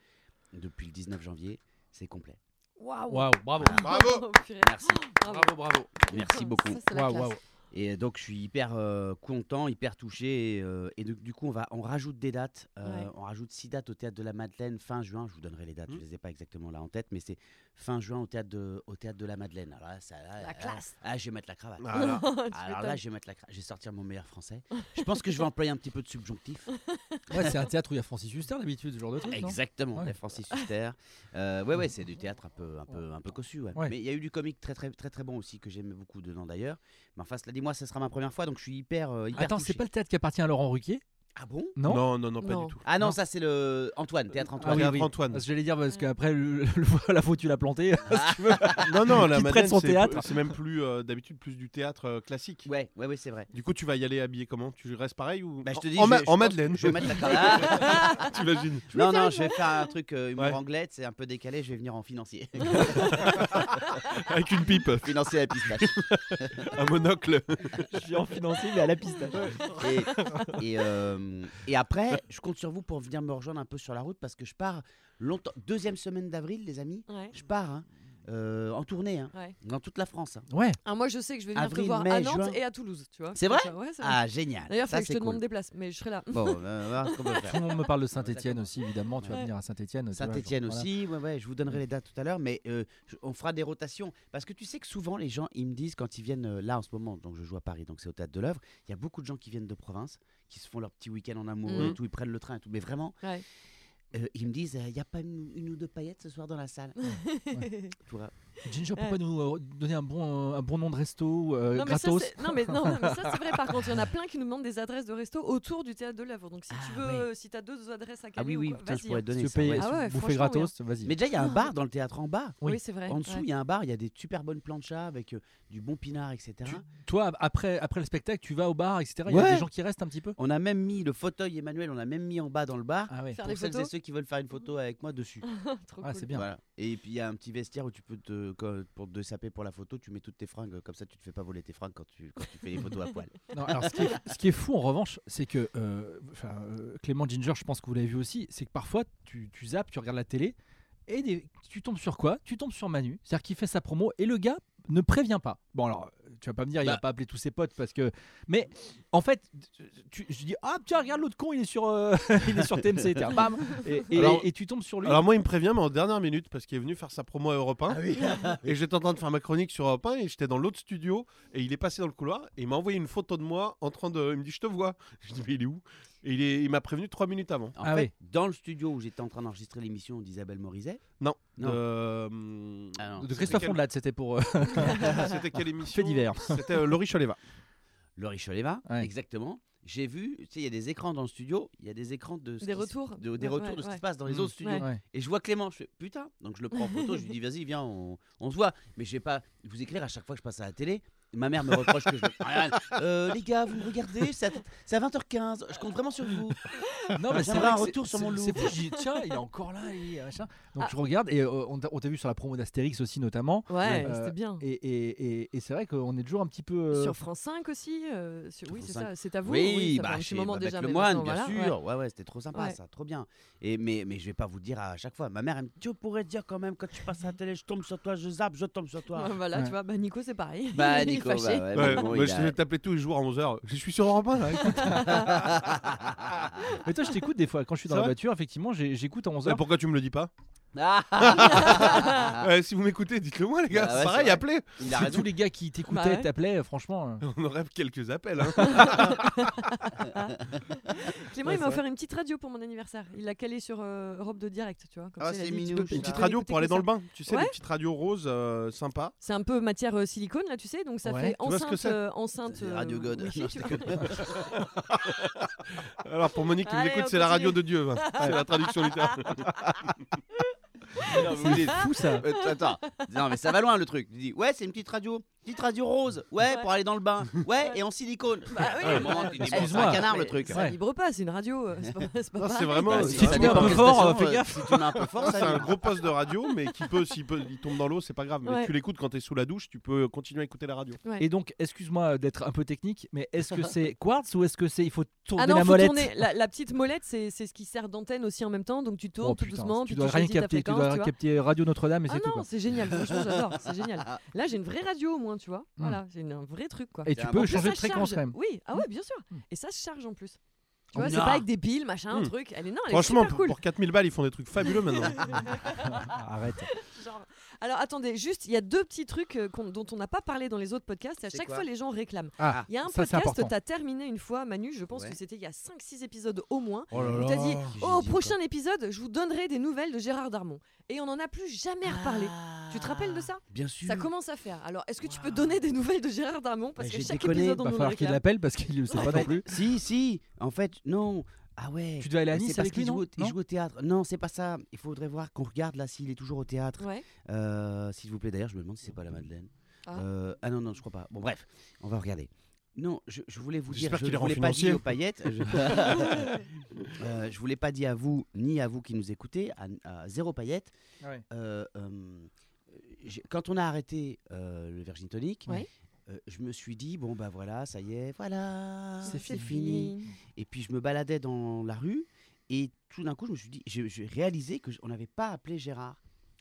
S4: depuis le 19 janvier, c'est complet.
S5: Waouh.
S2: Waouh, bravo.
S3: Bravo.
S5: Oh, purée.
S4: Merci,
S5: Bravo.
S2: bravo.
S4: merci beaucoup.
S5: Ça, c'est la
S2: Waouh,
S5: classe.
S2: waouh.
S4: Et donc je suis hyper euh, content, hyper touché. Et, euh, et donc, du coup, on, va, on rajoute des dates. euh,
S5: Ouais.
S4: On rajoute six dates au théâtre de la Madeleine fin juin. Je vous donnerai les dates, je
S2: Mmh.
S3: Mhm.
S4: ne les ai pas exactement là en tête, mais c'est fin juin au théâtre de, au théâtre de la Madeleine. Alors là, ça, là,
S5: La
S4: là,
S5: classe.
S4: Ah, je vais mettre la cravate.
S3: Voilà.
S5: Tu
S4: Alors là,
S5: m'étonnes.
S4: je vais, mettre la cra- je vais sortir mon meilleur français. Je pense que je vais employer un petit peu de subjonctif.
S2: Ouais, c'est un théâtre où il y a Francis Huster d'habitude, ce genre de truc. non
S4: Exactement,
S2: Ouais.
S4: la Francis Huster. Euh, ouais, ouais, c'est du théâtre un peu, un peu, un peu cossu. ouais.
S2: Ouais.
S4: Mais il y a eu du comique très, très, très, très bon aussi que j'aimais beaucoup dedans d'ailleurs. Mais enfin, cela dit, moi, ce sera ma première fois, donc je suis hyper, euh, hyper
S2: Attends,
S4: touché.
S2: c'est pas le théâtre qui appartient à Laurent Ruquier
S4: Ah bon
S2: Non,
S3: Non, non, non, Euh, pas
S5: Non.
S3: du tout.
S4: Ah non,
S2: Non.
S4: ça c'est le Antoine, théâtre
S2: Ah
S4: Antoine.
S2: oui,
S3: Regarde
S2: oui.
S3: Antoine.
S2: Parce que j'allais dire
S5: Ah.
S2: parce qu'après le- le- la faute tu l'as planté.
S3: Non, non, la
S2: Qui traite
S3: Madeleine,
S2: son
S3: c'est-
S2: théâtre.
S3: C'est même plus euh, d'habitude plus du théâtre euh, classique.
S4: Ouais, ouais, ouais, c'est vrai.
S3: Du coup, tu vas y aller habillé comment Tu restes pareil ou
S4: Bah, je te dis,
S3: en,
S4: je
S3: ma-
S4: vais- je
S3: en
S4: pense-
S3: Madeleine
S4: Je vais mettre la cravate.
S3: T'imagines
S4: non, non, je vais faire un truc euh, humour
S3: Ouais.
S4: anglais, c'est un peu décalé, je vais venir en financier.
S3: avec une pipe,
S4: financier à la pistache.
S3: un monocle.
S2: Je suis en financier, mais à la piste.
S4: Et, et, euh, et après, je compte sur vous pour venir me rejoindre un peu sur la route parce que je pars longtemps. Deuxième semaine d'avril, les amis,
S5: Ouais.
S4: je pars hein, euh, en tournée hein,
S5: Ouais.
S4: dans toute la France. hein.
S2: Ouais,
S5: Ah, moi, je sais que je vais venir
S4: Avril,
S5: te voir
S4: mai,
S5: à Nantes
S4: juin.
S5: et à Toulouse, tu vois.
S4: C'est
S5: Comme
S4: vrai
S5: ça, Ouais, c'est vrai.
S4: Ah, génial.
S5: D'ailleurs,
S4: ça
S5: faudrait que je
S4: c'est
S5: te demande
S4: cool.
S5: des places, mais je serai là.
S4: Bon, euh, on va voir ce qu'on peut
S2: tout
S4: faire.
S2: le monde me parle de Saint-Etienne aussi, évidemment. Tu vas
S5: Ouais.
S2: venir à Saint-Etienne. tu vois, genre,
S4: Saint-Etienne
S2: voilà.
S4: aussi, ouais, ouais, je vous donnerai les dates tout à l'heure, mais euh, je- on fera des rotations. Parce que tu sais que souvent, les gens, ils me disent, quand ils viennent euh, là en ce moment, donc je joue à Paris, donc c'est au Théâtre de l'œuvre, il y a beaucoup de gens qui viennent de province, qui se font leur petit week-end en amoureux
S5: Mhm.
S4: et tout, ils prennent le train et tout, mais vraiment,
S5: Ouais.
S4: euh, ils me disent, il n'y a pas une, une ou deux paillettes ce soir dans la salle. Ah, tu vois.
S2: Ginger, pourquoi nous euh, donner un bon, euh, un bon nom de resto euh,
S5: Non mais, ça,
S2: gratos
S5: c'est- non, mais, non, non, mais ça c'est vrai par contre, il y en a plein qui nous demandent des adresses de resto autour du théâtre de l'œuvre. Donc si tu
S4: Ah,
S5: veux,
S4: ouais.
S5: euh, si t'as deux adresses à
S4: Ah
S5: caler
S4: oui,
S5: ou
S4: oui,
S5: quoi,
S4: putain, je
S5: vas-y,
S4: pourrais
S5: hein.
S4: donner
S2: Tu
S4: ça,
S2: payes-
S4: ouais.
S5: Ah ouais,
S2: bouffer
S5: franchement,
S2: gratos, vas-y.
S4: Mais déjà, il y a un bar dans le théâtre en bas.
S2: Oui.
S5: Ah Oui, c'est vrai.
S4: En dessous, il
S5: ouais.
S4: y a un bar, il y a des super bonnes planchas avec euh, du bon pinard, etc.
S2: Tu- Toi, après, après le spectacle, tu vas au bar, etc. Il y a
S4: Ouais.
S2: des gens qui restent un petit peu
S4: On a même mis le fauteuil Emmanuel, on a même mis en bas dans le bar
S2: Ah ouais.
S5: Faire des
S4: pour celles et
S5: photos
S4: ceux qui veulent faire une photo avec moi dessus.
S5: Trop
S2: Ah,
S5: cool.
S2: c'est bien.
S4: Voilà. Et puis il y a un petit vestiaire où tu peux te co- pour te saper pour la photo, tu mets toutes tes fringues comme ça tu te fais pas voler tes fringues quand tu quand tu fais les photos à poil.
S2: Non, alors, ce, qui est, ce qui est fou en revanche, c'est que euh, enfin, euh, Clément Ginger, je pense que vous l'avez vu aussi, c'est que parfois tu, tu zappes, tu regardes la télé et des- tu tombes sur quoi Tu tombes sur Manu, c'est-à-dire qu'il fait sa promo et le gars ne prévient pas. Bon alors, tu vas pas me dire, il a
S3: Bah.
S2: pas appelé tous ses potes parce que. Mais en fait, tu- je dis ah tiens regarde l'autre con, il est sur, euh, il est sur TMC, et, bam, et, et-
S3: Alors-
S2: et tu tombes sur lui.
S3: Alors moi, il me prévient, mais en dernière minute, parce qu'il est venu faire sa promo à Europe 1.
S4: Ah
S3: et j'étais en train de faire ma chronique sur Europe 1, et j'étais dans l'autre studio, et il est passé dans le couloir, et il m'a envoyé une photo de moi en train de... Il me dit, je te vois. Je dis, mais il est où Et il, est- il m'a prévenu trois minutes avant.
S4: En
S2: Ah
S4: fait,
S2: oui.
S4: dans le studio où j'étais en train d'enregistrer l'émission d'Isabelle Morizet,
S3: Non.
S4: Non.
S3: Euh, hum,
S4: Ah non.
S2: de Christophe
S3: quel-
S2: Ondelade, c'était pour. euh,
S3: C'était quelle émission
S2: Fait divers.
S3: C'était euh, Laurie Choleva.
S4: Laurie Choleva,
S2: Ouais.
S4: exactement, j'ai vu, tu sais, il y a des écrans dans le studio, il y a des écrans de ce
S5: Des
S4: qui se-
S5: retours.
S4: de- des
S5: Ouais,
S4: retours
S5: ouais,
S4: de ce qui
S5: ouais.
S4: se passe dans les
S2: Mm.
S4: autres studios.
S5: Ouais.
S4: Et je vois Clément, je fais putain. Donc je le prends en photo, je lui dis vas-y, viens, on, on se voit. Mais je vais pas vous éclairer à chaque fois que je passe à la télé. Ma mère me reproche que je. Ah, euh, les gars, vous me regardez, c'est à, c'est à 20h15, je compte vraiment sur vous.
S5: Bah,
S2: Non, mais c'est
S4: J'aimerais
S2: vrai
S4: un
S2: que c'est-
S4: retour sur
S2: c'est-
S4: mon loup.
S2: C'est fou, je dis, tiens, il est encore là, il est machin. Donc
S5: Ah.
S2: je regarde et euh, on t'a on t'a vu sur la promo d'Astérix aussi notamment.
S5: Ouais,
S2: Euh,
S5: c'était bien.
S2: Et, et- et- et c'est vrai qu'on est toujours un petit peu. euh,
S5: Sur France 5 aussi, euh, sur- oui,
S4: France
S5: c'est
S4: 5.
S5: ça, c'est à vous.
S4: oui,
S5: ça fait
S4: bah,
S5: un petit
S4: chez
S5: moment
S4: Babette
S5: déjà. mais
S4: Lemoine,
S5: maintenant,
S4: bien
S5: voilà, ouais.
S4: sûr. Ouais, ouais, c'était trop sympa
S5: Ouais.
S4: ça, trop bien. Et mais, mais je vais pas vous dire à chaque fois. Ma mère, elle me dit tu pourrais dire quand même, quand tu passes à la télé, je tombe sur toi, je zappe, je tombe sur toi.
S5: Ouais, voilà,
S2: Ouais.
S5: tu vois, bah, Nico, c'est pareil.
S4: Bah,
S5: Il est
S4: Nico, bah,
S5: fâché.
S4: ouais,
S3: Ouais,
S4: mais bon,
S3: moi,
S4: il
S3: je
S4: a-
S3: t'ai tapé tous les jours à 11h. Je suis sur Europe 1, là. écoute.
S2: Mais toi, je t'écoute des fois quand je suis dans
S3: C'est
S2: la
S3: vrai
S2: voiture, effectivement, j'ai- j'écoute à 11h.
S3: Et pourquoi tu me le dis pas
S4: Ah,
S3: Euh, Si vous m'écoutez, dites-le moi, les gars.
S4: Bah ouais,
S3: c'est
S4: c'est
S3: pareil,
S4: vrai.
S3: appelez.
S4: il a
S2: Si
S4: raison.
S2: tous les gars qui t'écoutaient,
S5: Bah ouais.
S2: t'appelaient, euh, franchement. euh,
S3: On aurait quelques appels. hein.
S5: Clément,
S4: Ouais,
S5: il m'a
S4: c'est
S5: offert une petite radio pour mon anniversaire. Il l'a calée sur euh, Europe de direct, tu vois. Comme
S4: Ah,
S5: ça, il a
S4: c'est
S5: dit, tu
S4: mignon,
S5: peux-
S4: je
S5: tu
S3: Une
S4: suis
S5: peux
S3: petite radio
S5: l'écouter
S3: pour aller
S5: que
S3: dans
S5: ça.
S3: le bain. Tu sais,
S5: Ouais.
S3: les petites radios roses euh, sympas.
S5: C'est un peu matière euh, silicone, là, tu sais, donc ça
S2: Ouais.
S5: fait
S3: Tu vois ce que
S5: enceinte.
S3: c'est
S5: euh, enceinte
S4: C'est Radio
S5: euh,
S4: God.
S5: wifi,
S4: Non,
S5: tu
S4: je
S5: vois.
S3: Alors pour Monique qui nous
S5: Allez,
S3: écoute,
S5: on
S3: c'est la
S5: continue.
S3: radio de Dieu. va. C'est la traduction littérale.
S4: Bah, Non, mais vous êtes
S2: Fou ça
S4: Euh, t- attends, non mais ça va loin le truc. Tu dis ouais c'est une petite radio, petite radio rose, ouais,
S5: Ouais.
S4: pour aller dans le bain, ouais et en silicone.
S5: Bah oui,
S4: À un moment, tu dis, bon, c'est
S2: Excuse-moi.
S4: un canard le
S5: Mais
S4: truc.
S5: Ça
S2: Ouais.
S5: vibre pas, c'est une radio. euh, C'est pas, c'est pas
S3: Non, c'est
S5: pareil.
S3: vraiment- euh,
S4: Bah,
S3: si
S4: ça
S3: tu
S2: mets un
S4: dépend
S2: peu
S4: des
S2: fort,
S4: stations,
S2: fais
S4: euh,
S2: gaffe.
S4: Si tu mets un peu fort,
S3: Ça, c'est
S4: ça.
S3: un gros poste de radio, mais qui peut, s'il peut- il tombe dans l'eau, c'est pas grave. Mais
S5: Ouais.
S3: tu l'écoutes quand t'es sous la douche, tu peux continuer à écouter la radio.
S5: Ouais.
S2: Et donc, excuse-moi d'être un peu technique, mais est-ce que c'est quartz ou est-ce que c'est il faut tourner
S5: Ah non,
S2: la
S5: faut
S2: molette
S5: tourner. La, la petite molette, c'est c'est ce qui sert d'antenne aussi en même temps, donc tu tournes
S2: Oh,
S5: tout
S2: putain,
S5: doucement,
S2: tu
S5: puis
S2: dois
S5: tu
S2: rien
S5: choisis ta
S2: capter, tu dois
S5: fréquence, tu
S2: rien
S5: vois.
S2: capter Radio Notre-Dame et
S5: Ah
S2: c'est tout.
S5: non,
S2: quoi.
S5: c'est génial, franchement j'adore, c'est génial. Là j'ai une vraie radio au moins, tu vois. Voilà, j'ai une- un vrai truc quoi.
S2: Hmm. Et
S4: C'est
S2: tu
S4: un
S2: peux
S4: bon-
S5: Mais
S2: changer
S5: ça
S2: de fréquence
S5: charge.
S2: quand même. Hmm.
S5: Oui, ah ouais, bien sûr. Et ça se charge en plus. Tu
S4: Oh,
S5: vois, c'est
S4: non.
S5: pas avec des piles, machin, un
S3: Hmm.
S5: truc. Elle est non, elle
S3: Franchement,
S5: est super
S3: pour,
S5: cool.
S3: pour 4000 balles, ils font des trucs fabuleux maintenant.
S2: Ah, Arrête.
S5: Genre- Alors attendez, juste, il y a deux petits trucs euh, qu'on- dont on n'a pas parlé dans les autres podcasts et à
S4: C'est
S5: chaque
S4: quoi
S5: fois les gens réclament.
S2: Ah,
S5: Il y a un
S2: ça, c'est
S5: podcast,
S2: important.
S5: t'as terminé une fois, Manu, je pense
S4: Ouais.
S5: que c'était il y a 5-6 épisodes au moins.
S2: Oh là
S5: où t'as dit, oh, au
S4: dit
S5: prochain épisode, je vous donnerai des nouvelles de Gérard Darmon. Et on n'en a plus jamais
S2: Ah.
S5: reparlé. Tu te rappelles de ça
S4: Bien sûr.
S5: Ça commence à faire. Alors, est-ce que tu peux
S4: Waouh.
S5: donner des nouvelles de Gérard Darmon Parce
S4: Bah,
S5: qu'à
S4: j'ai
S5: chaque
S4: déconné,
S5: épisode, on
S2: va
S5: nous
S2: falloir qu'il
S5: réclame.
S2: l'appelle parce qu'il le sait
S4: En
S2: pas
S4: fait,
S2: non plus.
S4: Si si. En fait non. Ah ouais.
S2: Tu devais aller à
S4: Mais c'est
S2: Nice
S4: parce
S2: avec lui,
S4: qu'il joue,
S2: non
S4: au- il
S2: Non
S4: joue au théâtre. Non, c'est pas ça. Il faudrait voir qu'on regarde là s'il est toujours au théâtre.
S5: Ouais.
S4: Euh, S'il vous plaît, d'ailleurs, je me demande si c'est pas la Madeleine.
S5: Ah.
S4: Euh, ah non, non, je crois pas. Bon, bref, on va regarder. Non, je, je voulais vous dire,
S3: J'espère
S4: je
S3: qu'il est
S4: ne voulais pas
S3: renfinancier.
S4: dire aux paillettes, je ne voulais pas dire à vous, ni à vous qui nous écoutez, à, à zéro paillettes,
S2: Ouais.
S4: euh, euh, j'ai- quand on a arrêté euh, le Virgin Tonic,
S5: Ouais.
S4: euh, je me suis dit, bon bah voilà, ça y est, voilà,
S2: C'est
S4: c'est fini. Et puis je me baladais dans la rue et tout d'un coup je me suis dit, j'ai j'ai réalisé que je- on n'avait pas appelé Gérard.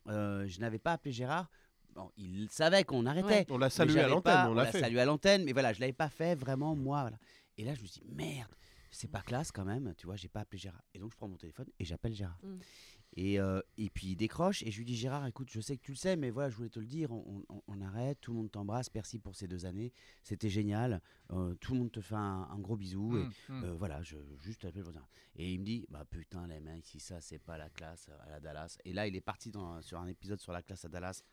S4: Euh, je n'avais pas appelé Gérard. Bon, il savait qu'on arrêtait.
S3: On l'a
S4: mais
S3: salué à
S4: j'avais pas-
S3: l'antenne, on l'a fait.
S4: salué à l'antenne, mais voilà, je l'avais pas fait vraiment moi. voilà. Et là je me suis dit merde, c'est pas classe quand même, tu vois, j'ai pas appelé Gérard. Et donc je prends mon téléphone et j'appelle Gérard.
S5: Mm.
S4: Et, euh, et puis il décroche et je lui dis Gérard, écoute, je sais que tu le sais, mais voilà, je voulais te le dire, on, on- on arrête, tout le monde t'embrasse, merci pour ces deux années, c'était génial, euh, tout le monde te fait un, un gros bisou. Et,
S3: Mm.
S4: euh, voilà, je juste appelé pour dire. Et il me dit, bah putain les mecs, si ça c'est pas la classe euh, à la Dallas. Et là, il est parti dans, sur un épisode sur la classe à Dallas,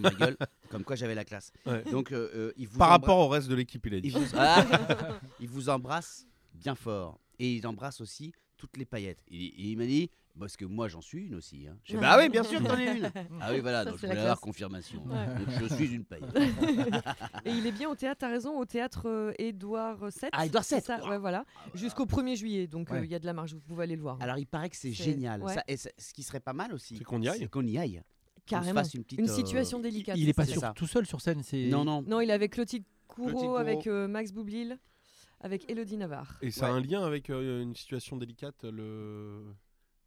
S4: ma gueule, comme quoi j'avais la classe.
S3: Ouais.
S4: Donc euh, euh, il vous
S3: Par
S4: embra-
S3: rapport au reste de l'équipe, il a
S4: il
S3: dit.
S4: vous... Ah Il vous embrasse bien fort. Et il embrasse aussi toutes les paillettes. Et, et il m'a dit, parce que moi j'en suis une aussi. Hein. J'ai dit, bah oui, bien sûr que t'en es une. Ah oui, voilà,
S6: Ça,
S4: donc je
S6: c'est la
S4: voulais avoir
S6: classe.
S4: confirmation.
S5: Ouais.
S4: Donc, je suis une paillette.
S5: Et il est bien au théâtre, t'as raison, au théâtre euh, Édouard VII.
S4: Ah, Édouard
S5: c'est
S4: VII,
S5: ça,
S4: waouh.
S5: ouais, voilà. Jusqu'au 1er juillet, donc euh, il
S2: Ouais.
S5: y a de la marge, vous pouvez aller le voir.
S4: Alors il paraît que c'est
S5: C'est-
S4: génial.
S5: ouais.
S4: Ça, et ça- ce qui serait pas mal aussi,
S3: C'est qu'on y aille.
S4: qu'on y aille. Qu'on se
S5: Carrément.
S4: fasse une, petite,
S5: Une
S4: euh,
S5: situation délicate.
S2: Il est pas
S4: c'est
S2: sur-
S4: ça.
S2: tout seul sur scène. c'est
S4: Non, non.
S5: Non, il est avec Clotilde
S3: Clotilde
S5: Courreau,
S3: Courreau.
S5: avec euh, Max Boublil,
S4: Ah,
S5: avec Elodie Navarre.
S3: Et ça a un lien avec euh, une situation délicate, le.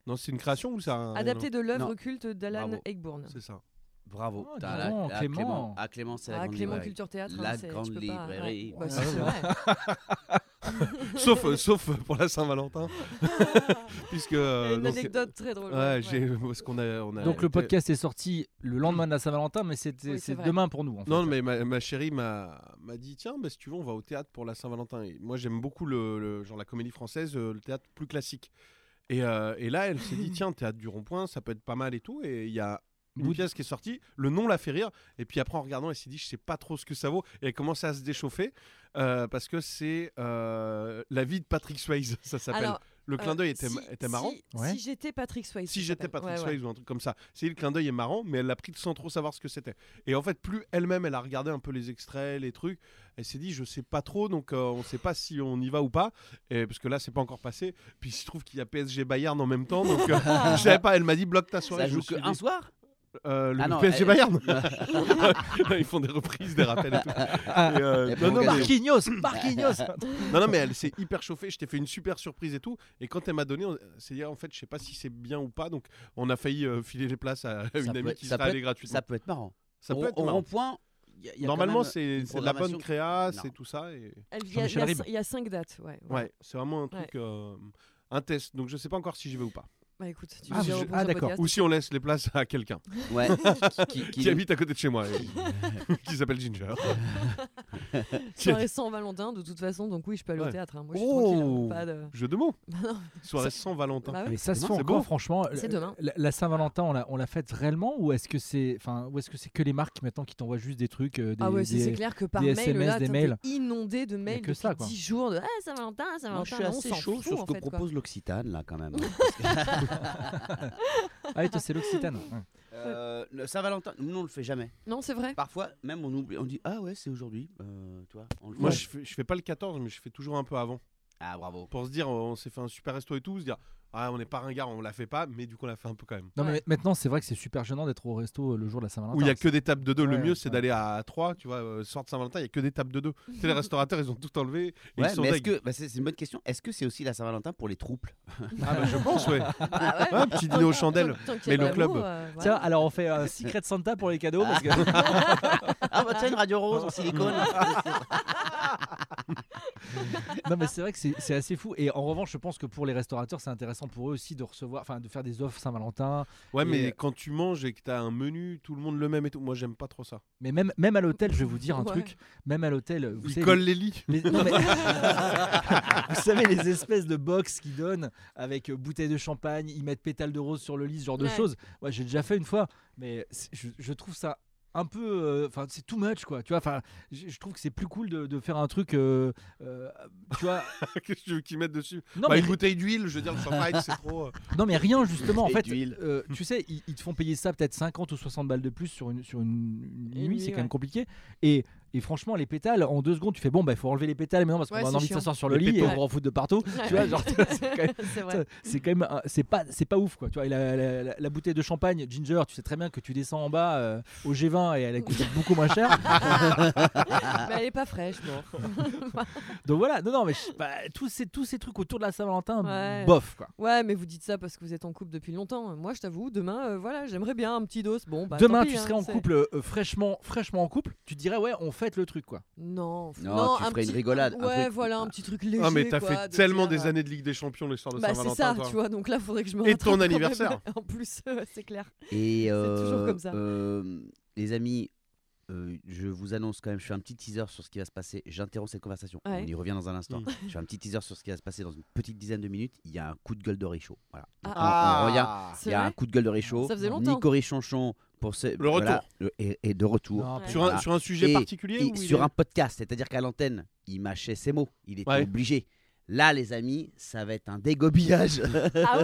S3: Non, c'est une création ou ça a un-
S5: Adapté de l'œuvre
S4: Non.
S5: culte d'Alan
S4: Bravo.
S5: Egbourn.
S3: C'est ça.
S4: Bravo.
S2: Oh, dis
S4: T'as la-
S2: donc,
S4: la-
S2: Clément.
S4: Ah, Clément, c'est la
S5: Ah,
S4: grande
S5: Clément
S4: librairie.
S5: Culture Théâtre,
S4: La
S5: hein, c'est- tu
S4: grande
S5: peux pas, ouais.
S4: librairie.
S5: Bah, c'est vrai.
S3: sauf, euh, sauf pour la Saint-Valentin. Puisque. euh,
S5: Une
S3: donc-
S5: anecdote très drôle.
S3: Ouais,
S5: ouais.
S3: j'ai. Parce qu'on a, on a
S2: Donc le
S3: été-
S2: podcast est sorti le lendemain de la Saint-Valentin, mais c'était-
S5: Oui, c'est
S2: c'est
S5: vrai.
S2: demain pour nous. En fait.
S3: Non, mais ma, ma chérie m'a m'a dit tiens, bah, si tu veux, on va au théâtre pour la Saint-Valentin. Et Moi, j'aime beaucoup le, le- genre la comédie française, euh, le théâtre plus classique. Et, euh, et là, elle s'est dit tiens, théâtre du rond-point, ça peut être pas mal et tout. Et il y a une
S2: Bout-
S3: pièce qui est sortie, le nom l'a fait rire. Et puis après, en regardant, elle s'est dit je sais pas trop ce que ça vaut. Et elle commençait à se déchauffer euh, parce que c'est euh, la vie de Patrick Swayze, ça s'appelle.
S5: Alors,
S3: Le clin d'œil
S5: euh,
S3: était,
S5: si-
S3: était marrant.
S5: Si,
S2: Ouais.
S5: si j'étais Patrick Swayze.
S3: Si
S5: ça
S3: j'étais
S5: s'appelle.
S3: Patrick
S5: Ouais, ouais.
S3: Swayze ou un truc comme ça. C'est le clin d'œil est marrant, mais elle l'a pris sans trop savoir ce que c'était. Et en fait, plus elle-même, elle a regardé un peu les extraits, les trucs. Elle s'est dit, je sais pas trop, donc euh, on sait pas si on y va ou pas, et, parce que là, c'est pas encore passé. Puis il se trouve qu'il y a PSG Bayern en même temps, donc euh, je savais pas. Elle m'a dit, bloque ta soirée.
S4: Ça
S3: Je me
S4: joue
S3: suis
S4: qu'un
S3: dit,
S4: soir
S3: euh, le
S4: Ah non,
S3: PSG
S4: elle-
S3: Bayern. Ils font des reprises, des rappels. Et tout. Et, euh,
S4: La
S3: non, non, mais-
S2: Marquinhos, Marquinhos.
S3: non, non, mais elle s'est hyper chauffée. Je t'ai fait une super surprise et tout. Et quand elle m'a donné, on s'est dit, ah, en fait, je sais pas si c'est bien ou pas. Donc, on a failli euh, filer les places à une
S4: peut
S3: amie
S4: être-
S3: qui
S4: ça
S3: sera
S4: peut
S3: allée gratuitement.
S4: Ça peut être marrant.
S3: Ça
S4: Au-
S3: peut être
S4: Au
S3: marrant.
S4: rond-point, il y a- il y a quand
S3: Normalement,
S4: même-
S3: c'est
S4: une
S3: c'est de la bonne
S4: programmation.
S3: créa,
S4: Non.
S3: c'est tout ça. Et...
S5: Elle- Il y, a- il y
S2: Jean-Michel
S5: a
S2: Ribes.
S5: cin- il y a cinq dates. Ouais, voilà.
S3: Ouais, c'est vraiment un truc. euh, Un test, donc je sais pas encore si j'y vais ou pas.
S5: Bah écoute, tu
S2: Ah,
S5: me diras
S2: je-
S5: au prochain
S2: ah, d'accord.
S5: podcast.
S3: Ou si on laisse les places à quelqu'un
S4: Ouais. qui, qui-
S3: qui,
S4: qui-
S3: habite à côté de chez moi, et- qui s'appelle Ginger.
S5: Soirée sans Valentin, de toute façon, donc oui, je peux aller au
S3: Ouais.
S5: théâtre. hein. Moi, je suis
S3: Oh.
S5: tranquille. hein, Pas de...
S3: Jeu de mots.
S5: Bah non,
S3: Soirée sans Valentin.
S5: bah ouais.
S2: Mais ça se
S4: Demain,
S2: fait
S3: c'est
S2: encore,
S3: beau.
S2: franchement.
S5: C'est
S2: euh,
S5: demain.
S2: La, la Saint-Valentin, on la, on la fête réellement ou est-ce que c'est, enfin, ou est-ce que c'est que les marques maintenant qui t'envoient juste des trucs euh, des,
S5: Ah ouais, c'est
S2: des-
S5: c'est clair que par
S2: des
S5: mail,
S2: SMS,
S5: là,
S2: des
S5: t'es
S2: mails.
S5: inondé de mails
S2: que
S5: depuis
S2: ça, quoi.
S5: 10 jours de Ah, Saint-Valentin,
S4: Moi, je
S5: Saint-Valentin.
S4: suis
S5: non, on
S4: assez
S5: s'en
S4: chaud
S5: fout,
S4: sur ce
S5: en
S4: que
S5: fait, quoi.
S4: propose l'Occitane, là, quand même.
S2: Ah oui, toi, c'est l'Occitane. ouais.
S4: Euh, le Saint-Valentin, nous, on le fait jamais.
S5: Non, c'est vrai.
S4: Parfois, même, on oublie, on dit Ah ouais, c'est aujourd'hui. Euh, tu vois, on le
S3: Moi,
S4: fait.
S3: je fais, je fais pas le 14, mais je fais toujours un peu avant.
S4: Ah bravo.
S3: pour se dire on s'est fait un super resto et tout, se dire ah on n'est pas ringard, on la fait pas, mais du coup on la fait un peu quand même.
S2: Non, mais
S5: Ouais.
S2: maintenant, c'est vrai que c'est super gênant d'être au resto euh, le jour de la Saint-Valentin.
S3: Où il y a que des tables de deux, le
S2: Ouais,
S3: mieux c'est
S2: ouais.
S3: d'aller à 3, tu vois, euh, soir de Saint-Valentin, il y a que des tables de deux. tu sais, les restaurateurs ils ont tout enlevé. Et
S4: Ouais,
S3: ils sont
S4: mais est-ce
S3: deg.
S4: que bah, c'est c'est une bonne question. Est-ce que c'est aussi la Saint-Valentin pour les trouples
S3: Ah bah je pense, ouais.
S5: Ah ouais.
S3: Ouais, petit dîner aux chandelles.
S5: Tant- tant qu'il y
S3: Mais
S5: a de
S3: le club.
S5: l'amour, euh, voilà.
S2: Tiens, alors on fait un Secret Santa pour les cadeaux parce que
S4: Ah bah tiens une radio rose en silicone.
S2: Non, mais c'est vrai que c'est c'est assez fou. Et en revanche, je pense que pour les restaurateurs, c'est intéressant pour eux aussi de recevoir, enfin, de faire des offres Saint-Valentin.
S3: Ouais,
S2: Et-
S3: mais quand tu manges et que t'as un menu, tout le monde le même et tout. Moi j'aime pas trop ça.
S2: Mais même, même à l'hôtel, je vais vous dire un
S5: Ouais.
S2: truc. Même à l'hôtel, vous
S3: Ils
S2: savez,
S3: collent les lits.
S2: les- les- non, mais- vous savez, les espèces de box qu'ils donnent avec euh, bouteille de champagne, ils mettent pétales de rose sur le lit, ce genre de
S5: Ouais.
S2: choses. Moi, j'ai déjà fait une fois, mais c'est- je, je trouve ça un peu, euh, enfin, c'est too much, quoi. Tu vois, enfin, je je trouve que c'est plus cool de, de faire un truc, euh, euh, tu vois.
S3: Qu'est-ce que tu veux qu'ils mettent dessus
S2: Non,
S3: Bah,
S2: mais
S3: Une bouteille d'huile, je veux dire, le champagne c'est trop. euh.
S2: Non mais rien justement en
S4: Et
S2: fait.
S4: d'huile.
S2: euh, tu sais, ils, ils te font payer ça peut-être 50 ou 60 balles de plus sur une, sur une, une
S5: Une
S2: nuit,
S5: nuit,
S2: c'est quand même
S5: ouais.
S2: compliqué. Et, et franchement, les pétales, en deux secondes, tu fais bon, bah il faut enlever les pétales maintenant parce qu'on
S5: Ouais,
S2: a
S5: c'est
S2: envie de
S5: chiant.
S2: s'asseoir sur le
S3: Les
S2: lit et
S5: pétos.
S2: on en fout de partout.
S5: Ouais.
S2: tu vois, genre, c'est quand même,
S5: C'est vrai.
S2: c'est quand même un- c'est pas, c'est pas ouf quoi. Tu vois, et la, la- la- la bouteille de champagne, Ginger, tu sais très bien que tu descends en bas euh, au G20 et elle coûte beaucoup moins cher.
S5: Mais elle est pas fraîche, bon.
S2: Donc voilà, non, non, mais je- bah, tous, ces, tous ces trucs autour de la Saint-Valentin,
S5: Ouais.
S2: bof quoi.
S5: Ouais, mais vous dites ça parce que vous êtes en couple depuis longtemps. Moi, je t'avoue, demain, euh, voilà, j'aimerais bien un petit dos. Bon, bah,
S2: Demain,
S5: tant
S2: tu
S5: pis,
S2: serais
S5: hein,
S2: en euh,
S5: c'est-
S2: couple euh, fraîchement, fraîchement en couple. Tu te dirais ouais, on fête le truc, quoi.
S5: Non, f-
S4: Non, tu
S5: un
S4: ferais une
S5: petit-
S4: rigolade, un
S5: Ouais,
S4: truc-
S5: voilà, un petit truc léger.
S3: Ah, mais t'as
S5: quoi,
S3: fait
S5: de
S3: tellement
S5: dire,
S3: des
S5: euh,
S3: années de Ligue des Champions l'histoire de
S5: Bah, c'est
S3: Saint-Valentin.
S5: ça,
S3: toi.
S5: tu vois. Donc là, faudrait que je me
S3: Et ton
S5: rattrape quand même.
S3: anniversaire.
S5: En plus, euh, c'est clair.
S4: Et euh,
S5: toujours comme ça.
S4: euh, les amis, euh, je vous annonce quand même, je fais un petit teaser sur ce qui va se passer. J'interromps cette conversation.
S5: Ouais.
S4: On y revient dans un instant.
S3: Mm.
S4: Je fais un petit teaser sur ce qui va se passer dans une petite dizaine de minutes. Il y a un coup de gueule de Richaud. Voilà. Donc,
S3: Ah.
S4: on- on Ah, regarde.
S5: Ah. C'est
S4: Il y a
S5: vrai
S4: un coup de gueule de Richaud.
S5: Ça faisait longtemps.
S4: Nico Richonchon pour ce.
S3: Le retour.
S4: le- et, et de retour.
S2: Non,
S5: Ouais.
S3: Sur un,
S4: Voilà.
S3: sur un sujet
S4: Et-
S3: particulier
S4: Et
S3: ou il
S4: sur
S3: est-
S4: un podcast, c'est-à-dire qu'à l'antenne, il mâchait ses mots. Il était
S3: Ouais.
S4: obligé. Là, les amis, ça va être un dégobillage.
S5: Ah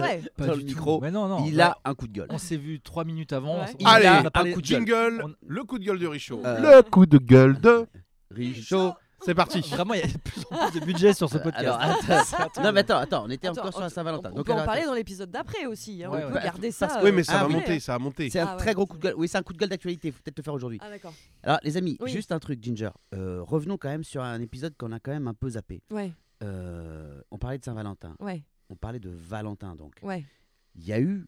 S5: ouais
S2: pas
S4: dans
S2: du
S4: le
S2: tout.
S4: micro,
S2: Mais non, non.
S4: il
S5: bah
S2: ouais.
S4: a un coup de gueule.
S2: On s'est vu trois minutes avant.
S5: Ouais.
S2: on-
S4: Il
S2: on
S3: Allez,
S4: a
S2: a parlé-
S3: un coup de
S4: gueule.
S3: jingle,
S2: On-
S3: le coup de gueule de Richaud.
S4: Euh,
S3: Le coup de gueule de
S4: Richaud.
S3: C'est parti.
S2: Vraiment, il y a de plus en plus de budget sur ce podcast.
S4: Euh, Alors, attends.
S2: C'est un truc
S4: non, mais
S2: de-
S4: attends, attends, on était
S5: Attends,
S4: encore sur la Saint-Valentin.
S5: On
S4: Donc,
S5: peut en
S4: alors,
S5: parler
S4: attends.
S5: dans l'épisode d'après aussi. hein,
S2: Ouais,
S5: on peut
S2: ouais.
S5: garder
S4: Parce-
S5: ça.
S3: Oui,
S5: euh,
S3: mais ça
S4: Ah
S3: va
S4: oui.
S3: monter, ça va monter.
S4: C'est un
S5: Ah ouais,
S4: très gros coup de
S5: c'est-
S4: gueule. Oui, c'est un coup de gueule d'actualité. Faut peut-être le faire aujourd'hui.
S5: Ah d'accord.
S4: Alors, les amis,
S5: Oui.
S4: juste un truc, Ginger. Euh, revenons quand même sur un épisode qu'on a quand même un peu zappé.
S5: Ouais,
S4: Euh, on parlait de Saint-Valentin.
S5: ouais,
S4: On parlait de Valentin, donc.
S5: ouais,
S4: Il y a eu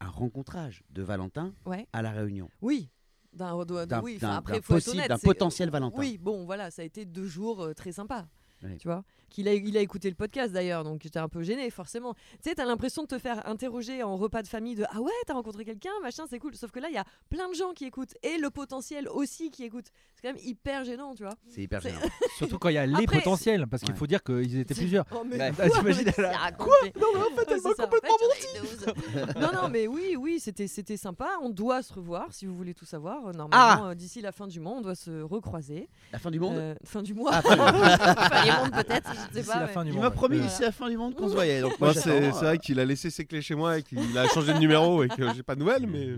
S4: un rencontrage de Valentin
S5: ouais.
S4: à La Réunion.
S5: Oui. D'un d'un-
S4: D'un
S5: Euh, oui, enfin,
S4: d'un-
S5: après,
S4: d'un
S5: faut être
S4: possible-
S5: honnête,
S4: d'un
S5: c'est-
S4: potentiel Valentin.
S5: Oui, bon, voilà, ça a été deux jours euh, très sympas.
S4: Ouais.
S5: Tu vois qu'il a, il a écouté le podcast d'ailleurs, donc j'étais un peu gêné forcément. Tu sais, t'as l'impression de te faire interroger en repas de famille de Ah ouais, t'as rencontré quelqu'un, machin, c'est cool. Sauf que là, il y a plein de gens qui écoutent et le potentiel aussi qui écoute. C'est quand même hyper gênant, tu vois.
S4: C'est hyper
S5: C'est-
S4: gênant.
S2: Surtout quand il y a les
S5: Après-
S2: potentiels, parce qu'il
S4: Ouais.
S2: faut dire qu'ils étaient plusieurs.
S5: Oh, mais
S4: Ouais.
S5: quoi,
S2: T'imagines,
S5: mais
S2: elle a-
S5: qu'est-ce qu'il raconte
S3: Non, mais en fait,
S5: Ouais, c'est ça. En fait, j'en ai 12. non, non, mais oui, oui, c'était, c'était sympa. On doit se revoir, si vous voulez tout savoir. Euh, Normalement, euh, d'ici la fin du mois, on doit se recroiser.
S4: La fin du monde
S5: Euh, fin du mois. fin du monde, peut-être, je ne sais
S2: D'ici
S5: pas.
S2: la
S5: mais-
S2: fin du
S4: Il
S2: monde,
S4: m'a
S2: ouais.
S4: promis
S2: Euh,
S4: d'ici la fin du monde qu'on se voyait. Donc, moi,
S3: Moi, c'est
S4: j'attends, hein.
S3: c'est vrai qu'il a laissé ses clés chez moi et qu'il a changé de numéro et que j'ai pas de nouvelles, mais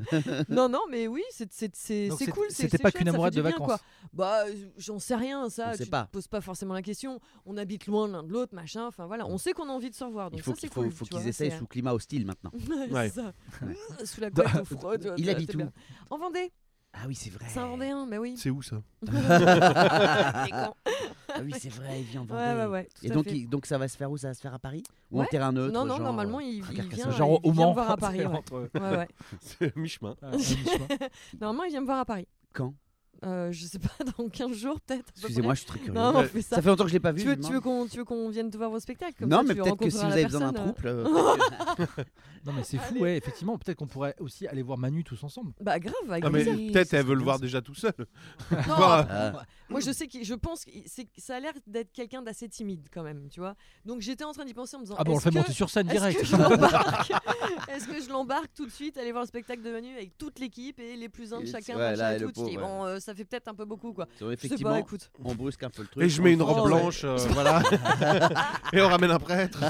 S5: Non, non, mais oui, c'est, c'est, c'est,
S2: donc
S5: c'est
S2: c'est-
S5: cool. c'est-
S2: C'était
S5: c'est
S2: pas
S5: chouette,
S2: qu'une
S5: ça fait
S2: amourade
S5: du
S2: de
S5: bien,
S2: vacances.
S5: quoi. Bah, euh, j'en sais rien, ça.
S4: On
S5: tu
S4: sait
S5: te
S4: pas.
S5: poses pas forcément la question. On habite loin l'un de l'autre, machin. Enfin voilà, on sait qu'on a envie de se revoir.
S4: Mm.
S5: Donc
S4: Il faut,
S5: ça, c'est
S4: qu'il faut,
S5: cool.
S4: faut
S5: tu
S4: qu'ils
S5: vois,
S4: essayent
S5: c'est-
S4: sous climat hostile maintenant.
S5: C'est
S3: Ouais.
S5: ça. Sous la couette au froid. tu vois,
S4: Il
S5: t'es-
S4: habite
S5: t'es
S4: où
S5: bien. En Vendée.
S4: Ah oui, c'est vrai.
S5: C'est un Vendéen, mais oui.
S3: c'est où ça
S5: T'es con.
S4: Ah oui, c'est vrai, il vient en Vendée.
S5: Ouais, ouais, ouais. tout
S4: Et
S5: à
S4: donc,
S5: fait.
S4: il- donc ça va se faire où Ça va se faire à Paris Ou en
S5: Ouais.
S4: terrain neutre
S5: Non, non,
S4: genre,
S5: normalement,
S4: euh,
S5: il,
S4: à
S5: il
S4: Carcassonne.
S5: vient,
S2: Genre
S5: il
S2: au
S5: vient
S2: Mans.
S5: me voir à
S2: c'est
S5: Paris. ouais.
S2: entre- euh,
S5: Ouais, ouais.
S3: C'est mi-chemin.
S2: Ah, à mi-chemin.
S5: Normalement, il vient me voir à Paris.
S4: Quand
S5: Euh, Je sais pas, dans 15 jours peut-être. à peu
S4: Excusez-moi,
S5: près.
S4: je suis très curieux.
S5: Non, on fait ça.
S4: Ça fait longtemps que je l'ai pas vu.
S5: Tu veux,
S4: Humain.
S5: tu veux qu'on tu veux qu'on vienne te voir au spectacle comme
S4: non,
S5: ça,
S4: mais
S5: tu
S4: peut-être que si vous
S5: rencontreras la
S4: avez besoin d'un
S5: personne, euh,
S4: trouble. euh,
S2: Non, mais c'est fou, ouais, effectivement. Peut-être qu'on pourrait aussi aller voir Manu tous ensemble.
S5: Bah grave, avec
S3: Ah, mais
S5: plaisir.
S3: peut-être elle veut le voir déjà tout seul.
S5: Non,
S3: Voir,
S4: euh,
S5: Moi, je sais que je pense que c'est- ça a l'air d'être quelqu'un d'assez timide quand même, tu vois. Donc j'étais en train d'y penser en me disant.
S2: Ah, bon, on le
S5: est-ce
S2: fait
S5: que-
S2: monter sur scène
S5: Est-ce
S2: direct.
S5: que je l'embarque Est-ce que je l'embarque tout de suite aller voir le spectacle de Manu avec toute l'équipe et les plus uns de
S4: Et
S5: chacun
S4: c'est- ouais,
S5: machin
S4: là,
S5: et
S4: et le
S5: tout. Tu
S4: pauvre,
S5: dis,
S4: ouais.
S5: bon, euh, ça fait peut-être un peu beaucoup quoi.
S4: donc,
S5: Je sais pas,
S4: effectivement,
S5: écoute.
S4: on brusque un peu le truc.
S3: Et je mets une
S4: on-
S3: robe
S5: Oh, ouais.
S3: blanche, euh, voilà. et on ramène un prêtre.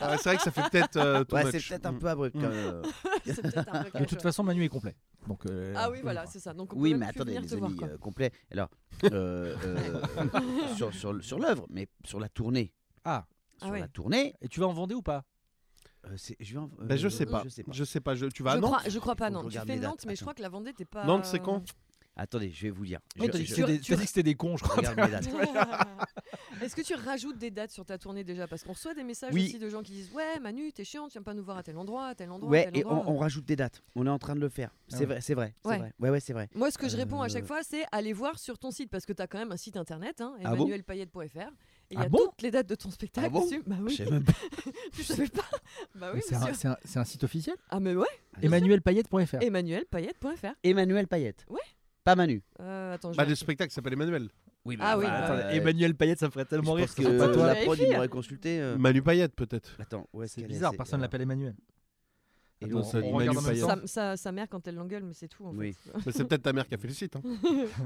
S3: Ah, c'est vrai que ça fait peut-être euh, too
S4: Ouais,
S3: much.
S4: c'est peut-être un
S3: Mm.
S4: peu abrupt.
S3: Mm.
S4: quand même.
S5: C'est peut-être un peu
S2: De toute façon, Manu est complet. Donc, euh,
S5: Ah oui, voilà,
S2: on
S5: c'est ça. Donc on
S4: Oui,
S5: peut
S4: mais
S5: même plus
S4: attendez,
S5: venir
S4: les
S5: te voir,
S4: amis,
S5: quoi.
S4: euh, complet. Alors, euh, euh, sur, sur, l- sur l'œuvre, mais sur la tournée.
S2: Ah.
S5: Ah
S4: Sur
S5: ouais.
S4: la tournée,
S2: va. Et tu vas en Vendée ou pas
S4: euh, c'est- je, vais en-
S3: Ben, je
S4: euh,
S3: sais pas.
S4: Je sais pas.
S3: Je sais pas. Je-
S2: Bah,
S3: Tu vas à
S5: je,
S3: Nantes
S5: crois, je crois
S4: Faut que
S5: pas
S4: je
S5: Nantes. Tu
S4: regarde
S5: fais
S4: mes dates,
S5: Nantes, mais je
S4: attends.
S5: crois que la Vendée t'es pas. euh,
S3: Nantes, c'est quand
S4: Attendez, je vais vous dire.
S2: Ouais,
S4: Je-
S2: T'as dit que
S4: je-
S2: c'était des-
S5: tu-
S2: t'as dit que c'était des cons, je crois.
S4: regarde mes dates.
S5: Est-ce que tu rajoutes des dates sur ta tournée déjà Parce qu'on reçoit des messages
S4: Oui.
S5: aussi de gens qui disent Ouais, Manu, t'es chiant, tu viens pas nous voir à tel endroit, à tel endroit. à
S4: Ouais,
S5: tel
S4: et
S5: endroit.
S4: on, on rajoute des dates. On est en train de le faire. C'est
S2: Ah ouais.
S4: vrai, c'est vrai. c'est
S5: hein. Ouais.
S4: vrai. Ouais, ouais, c'est vrai.
S5: Moi, ce que je réponds à chaque
S4: Euh.
S5: fois, c'est aller voir sur ton site, parce que tu as quand même un site internet, hein,
S4: Ah bon
S5: emmanuelpayette.fr. et il y
S2: Ah
S5: a
S2: bon
S5: toutes les dates de ton spectacle
S4: Ah bon
S5: dessus. Bah oui,
S4: Je sais même
S5: je savais pas. Bah oui,
S2: Mais c'est un-
S5: monsieur.
S2: C'est un- c'est un site officiel
S5: Ah, mais ouais,
S2: EmmanuelPayette.fr.
S5: emmanuelpayette.fr.
S4: Emmanuel Payette.
S5: Ouais.
S4: Pas Manu.
S5: Euh, attends, je
S3: Bah,
S5: vais-
S3: le spectacle s'appelle Emmanuel.
S4: Oui,
S5: mais Ah oui, bah
S2: Attendez, Emmanuel Payette, ça me ferait tellement rire.
S4: Parce
S2: ça
S4: Euh, que
S2: soit pas toi.
S4: la
S5: Vérifie.
S4: prod, il m'aurait consulté. euh,
S3: Manu Payette, peut-être.
S4: Attends, où est-ce
S2: C'est
S4: qu'elle est,
S2: bizarre,
S4: c'est-
S2: personne
S4: euh,
S2: l'appelle Emmanuel.
S4: Et
S2: Attends,
S4: nous,
S3: ça
S2: on
S3: dit
S2: regarde
S3: Manu
S2: en même
S3: Payette.
S2: temps.
S5: sa, sa- sa mère, quand elle l'engueule, mais c'est tout. En
S4: Oui.
S5: fait.
S3: Mais C'est peut-être ta mère qui a fait le site. Hein.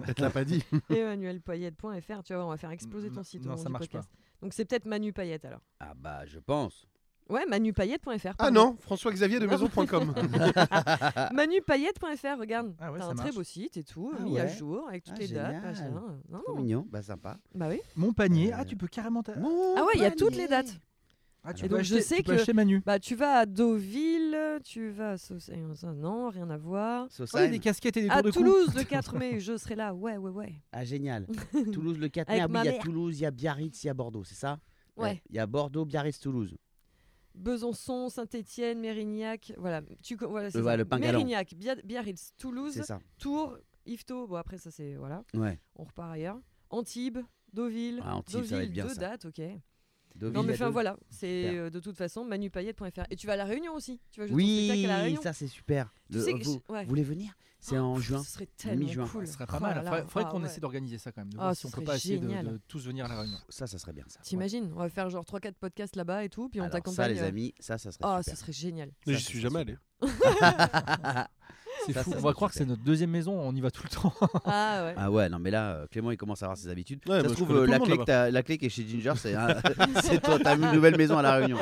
S3: Elle te l'a pas dit.
S5: emmanuelpayette.fr, tu vois, on va faire exploser ton site. au
S2: Mm, Non,
S5: moment
S2: ça
S5: du
S2: marche pas.
S5: podcast. Donc, c'est peut-être Manu Payette alors.
S4: Ah bah, je pense.
S5: Ouais, manupayette.fr.
S3: Ah
S5: pardon.
S3: non, François-Xavier de maison.com.
S5: Manupayette.fr, regarde.
S2: Ah ouais,
S5: T'as
S2: ça
S5: un très
S2: marche.
S5: beau site et tout,
S4: Ah
S5: mis à
S4: ouais.
S5: jour, avec toutes
S4: Ah,
S5: les dates.
S4: génial.
S5: machin. Non,
S4: Trop
S5: non.
S4: mignon, bah sympa.
S5: Bah oui.
S2: Mon panier. Ah,
S4: Euh,
S2: tu peux carrément. t'a-
S5: Ah ouais, il y a toutes les dates.
S2: Ah, tu
S5: Et
S2: peux
S5: donc, je
S2: acheter,
S5: sais
S2: tu peux
S5: que-
S2: acheter Manu.
S5: Bah, tu vas à Deauville, tu vas à Saussane. Non, rien à voir.
S2: Ouais, des casquettes et des
S5: À
S2: tours de cou.
S5: Toulouse, le 4 mai, je serai là. Ouais, ouais, ouais.
S4: Ah génial. Toulouse le 4 mai,
S5: Avec
S4: ah oui,
S5: ma
S4: il y a
S5: mère.
S4: Toulouse, il y a Biarritz, il y a Bordeaux, c'est ça
S5: Ouais.
S4: Il y a Bordeaux, Biarritz, Toulouse.
S5: Besançon, Saint-Étienne, Mérignac. Voilà, tu co- voilà, c'est
S4: Ouais,
S5: ça.
S4: le Pingalan.
S5: Mérignac, Bia- Biarritz, Toulouse,
S4: C'est ça.
S5: Tours, Yvetot. Bon, après, ça, c'est. Voilà,
S4: Ouais.
S5: on repart ailleurs. Antibes, Deauville.
S4: Ah, Antibes, ça va
S5: Deauville,
S4: être bien,
S5: deux
S4: ça.
S5: dates, ok.
S4: Deauville,
S5: Non,
S4: il y
S5: mais
S4: a
S5: enfin
S4: deux-
S5: voilà, c'est
S4: Super.
S5: euh, de toute façon manupayette.fr. Et tu vas à La Réunion aussi Tu vas jouer ton
S4: Oui,
S5: spectacle à La Réunion
S4: ça c'est super.
S5: Tu
S4: Le- euh,
S5: sais que-
S4: vous,
S5: ouais.
S4: vous voulez venir C'est en
S5: Oh,
S4: juin.
S5: Ce serait tellement
S4: mi-juin.
S5: cool.
S2: Ce serait pas
S5: Oh
S2: mal.
S5: là là,
S2: faudrait faudrait
S5: ah
S2: qu'on
S5: ouais.
S2: essaie d'organiser ça quand même. De
S5: Ah,
S2: voir
S5: ce
S2: si on peut
S5: serait
S2: pas essayer de-
S5: génial.
S2: de tous venir à la réunion.
S4: Ça, ça serait bien ça. ouais.
S5: T'imagines On va faire genre 3-4 podcasts là-bas et tout, puis on
S4: Alors,
S5: t'accompagne.
S4: ça, les
S5: euh,
S4: amis, ça, ça serait
S5: Ah,
S4: super.
S5: ce serait génial.
S3: Mais
S4: Ça,
S3: j'y
S4: ça
S3: suis
S4: serait
S3: jamais allé.
S4: super.
S2: C'est
S4: Ça,
S2: fou.
S4: ça
S2: On
S4: serait
S2: va croire que c'est
S4: super.
S2: notre deuxième maison. On y va tout le temps.
S5: Ah ouais.
S4: Ah ouais, non, mais là, euh, Clément, il commence à avoir ses habitudes.
S3: Ouais,
S4: ça
S3: bah,
S4: se
S3: je
S4: trouve,
S3: connais
S4: euh,
S3: tout
S4: la
S3: le monde
S4: clé, que
S3: là-bas.
S4: t'as- la clé qui est chez Ginger, c'est un- c'est toi, t'as mis une nouvelle maison à La Réunion.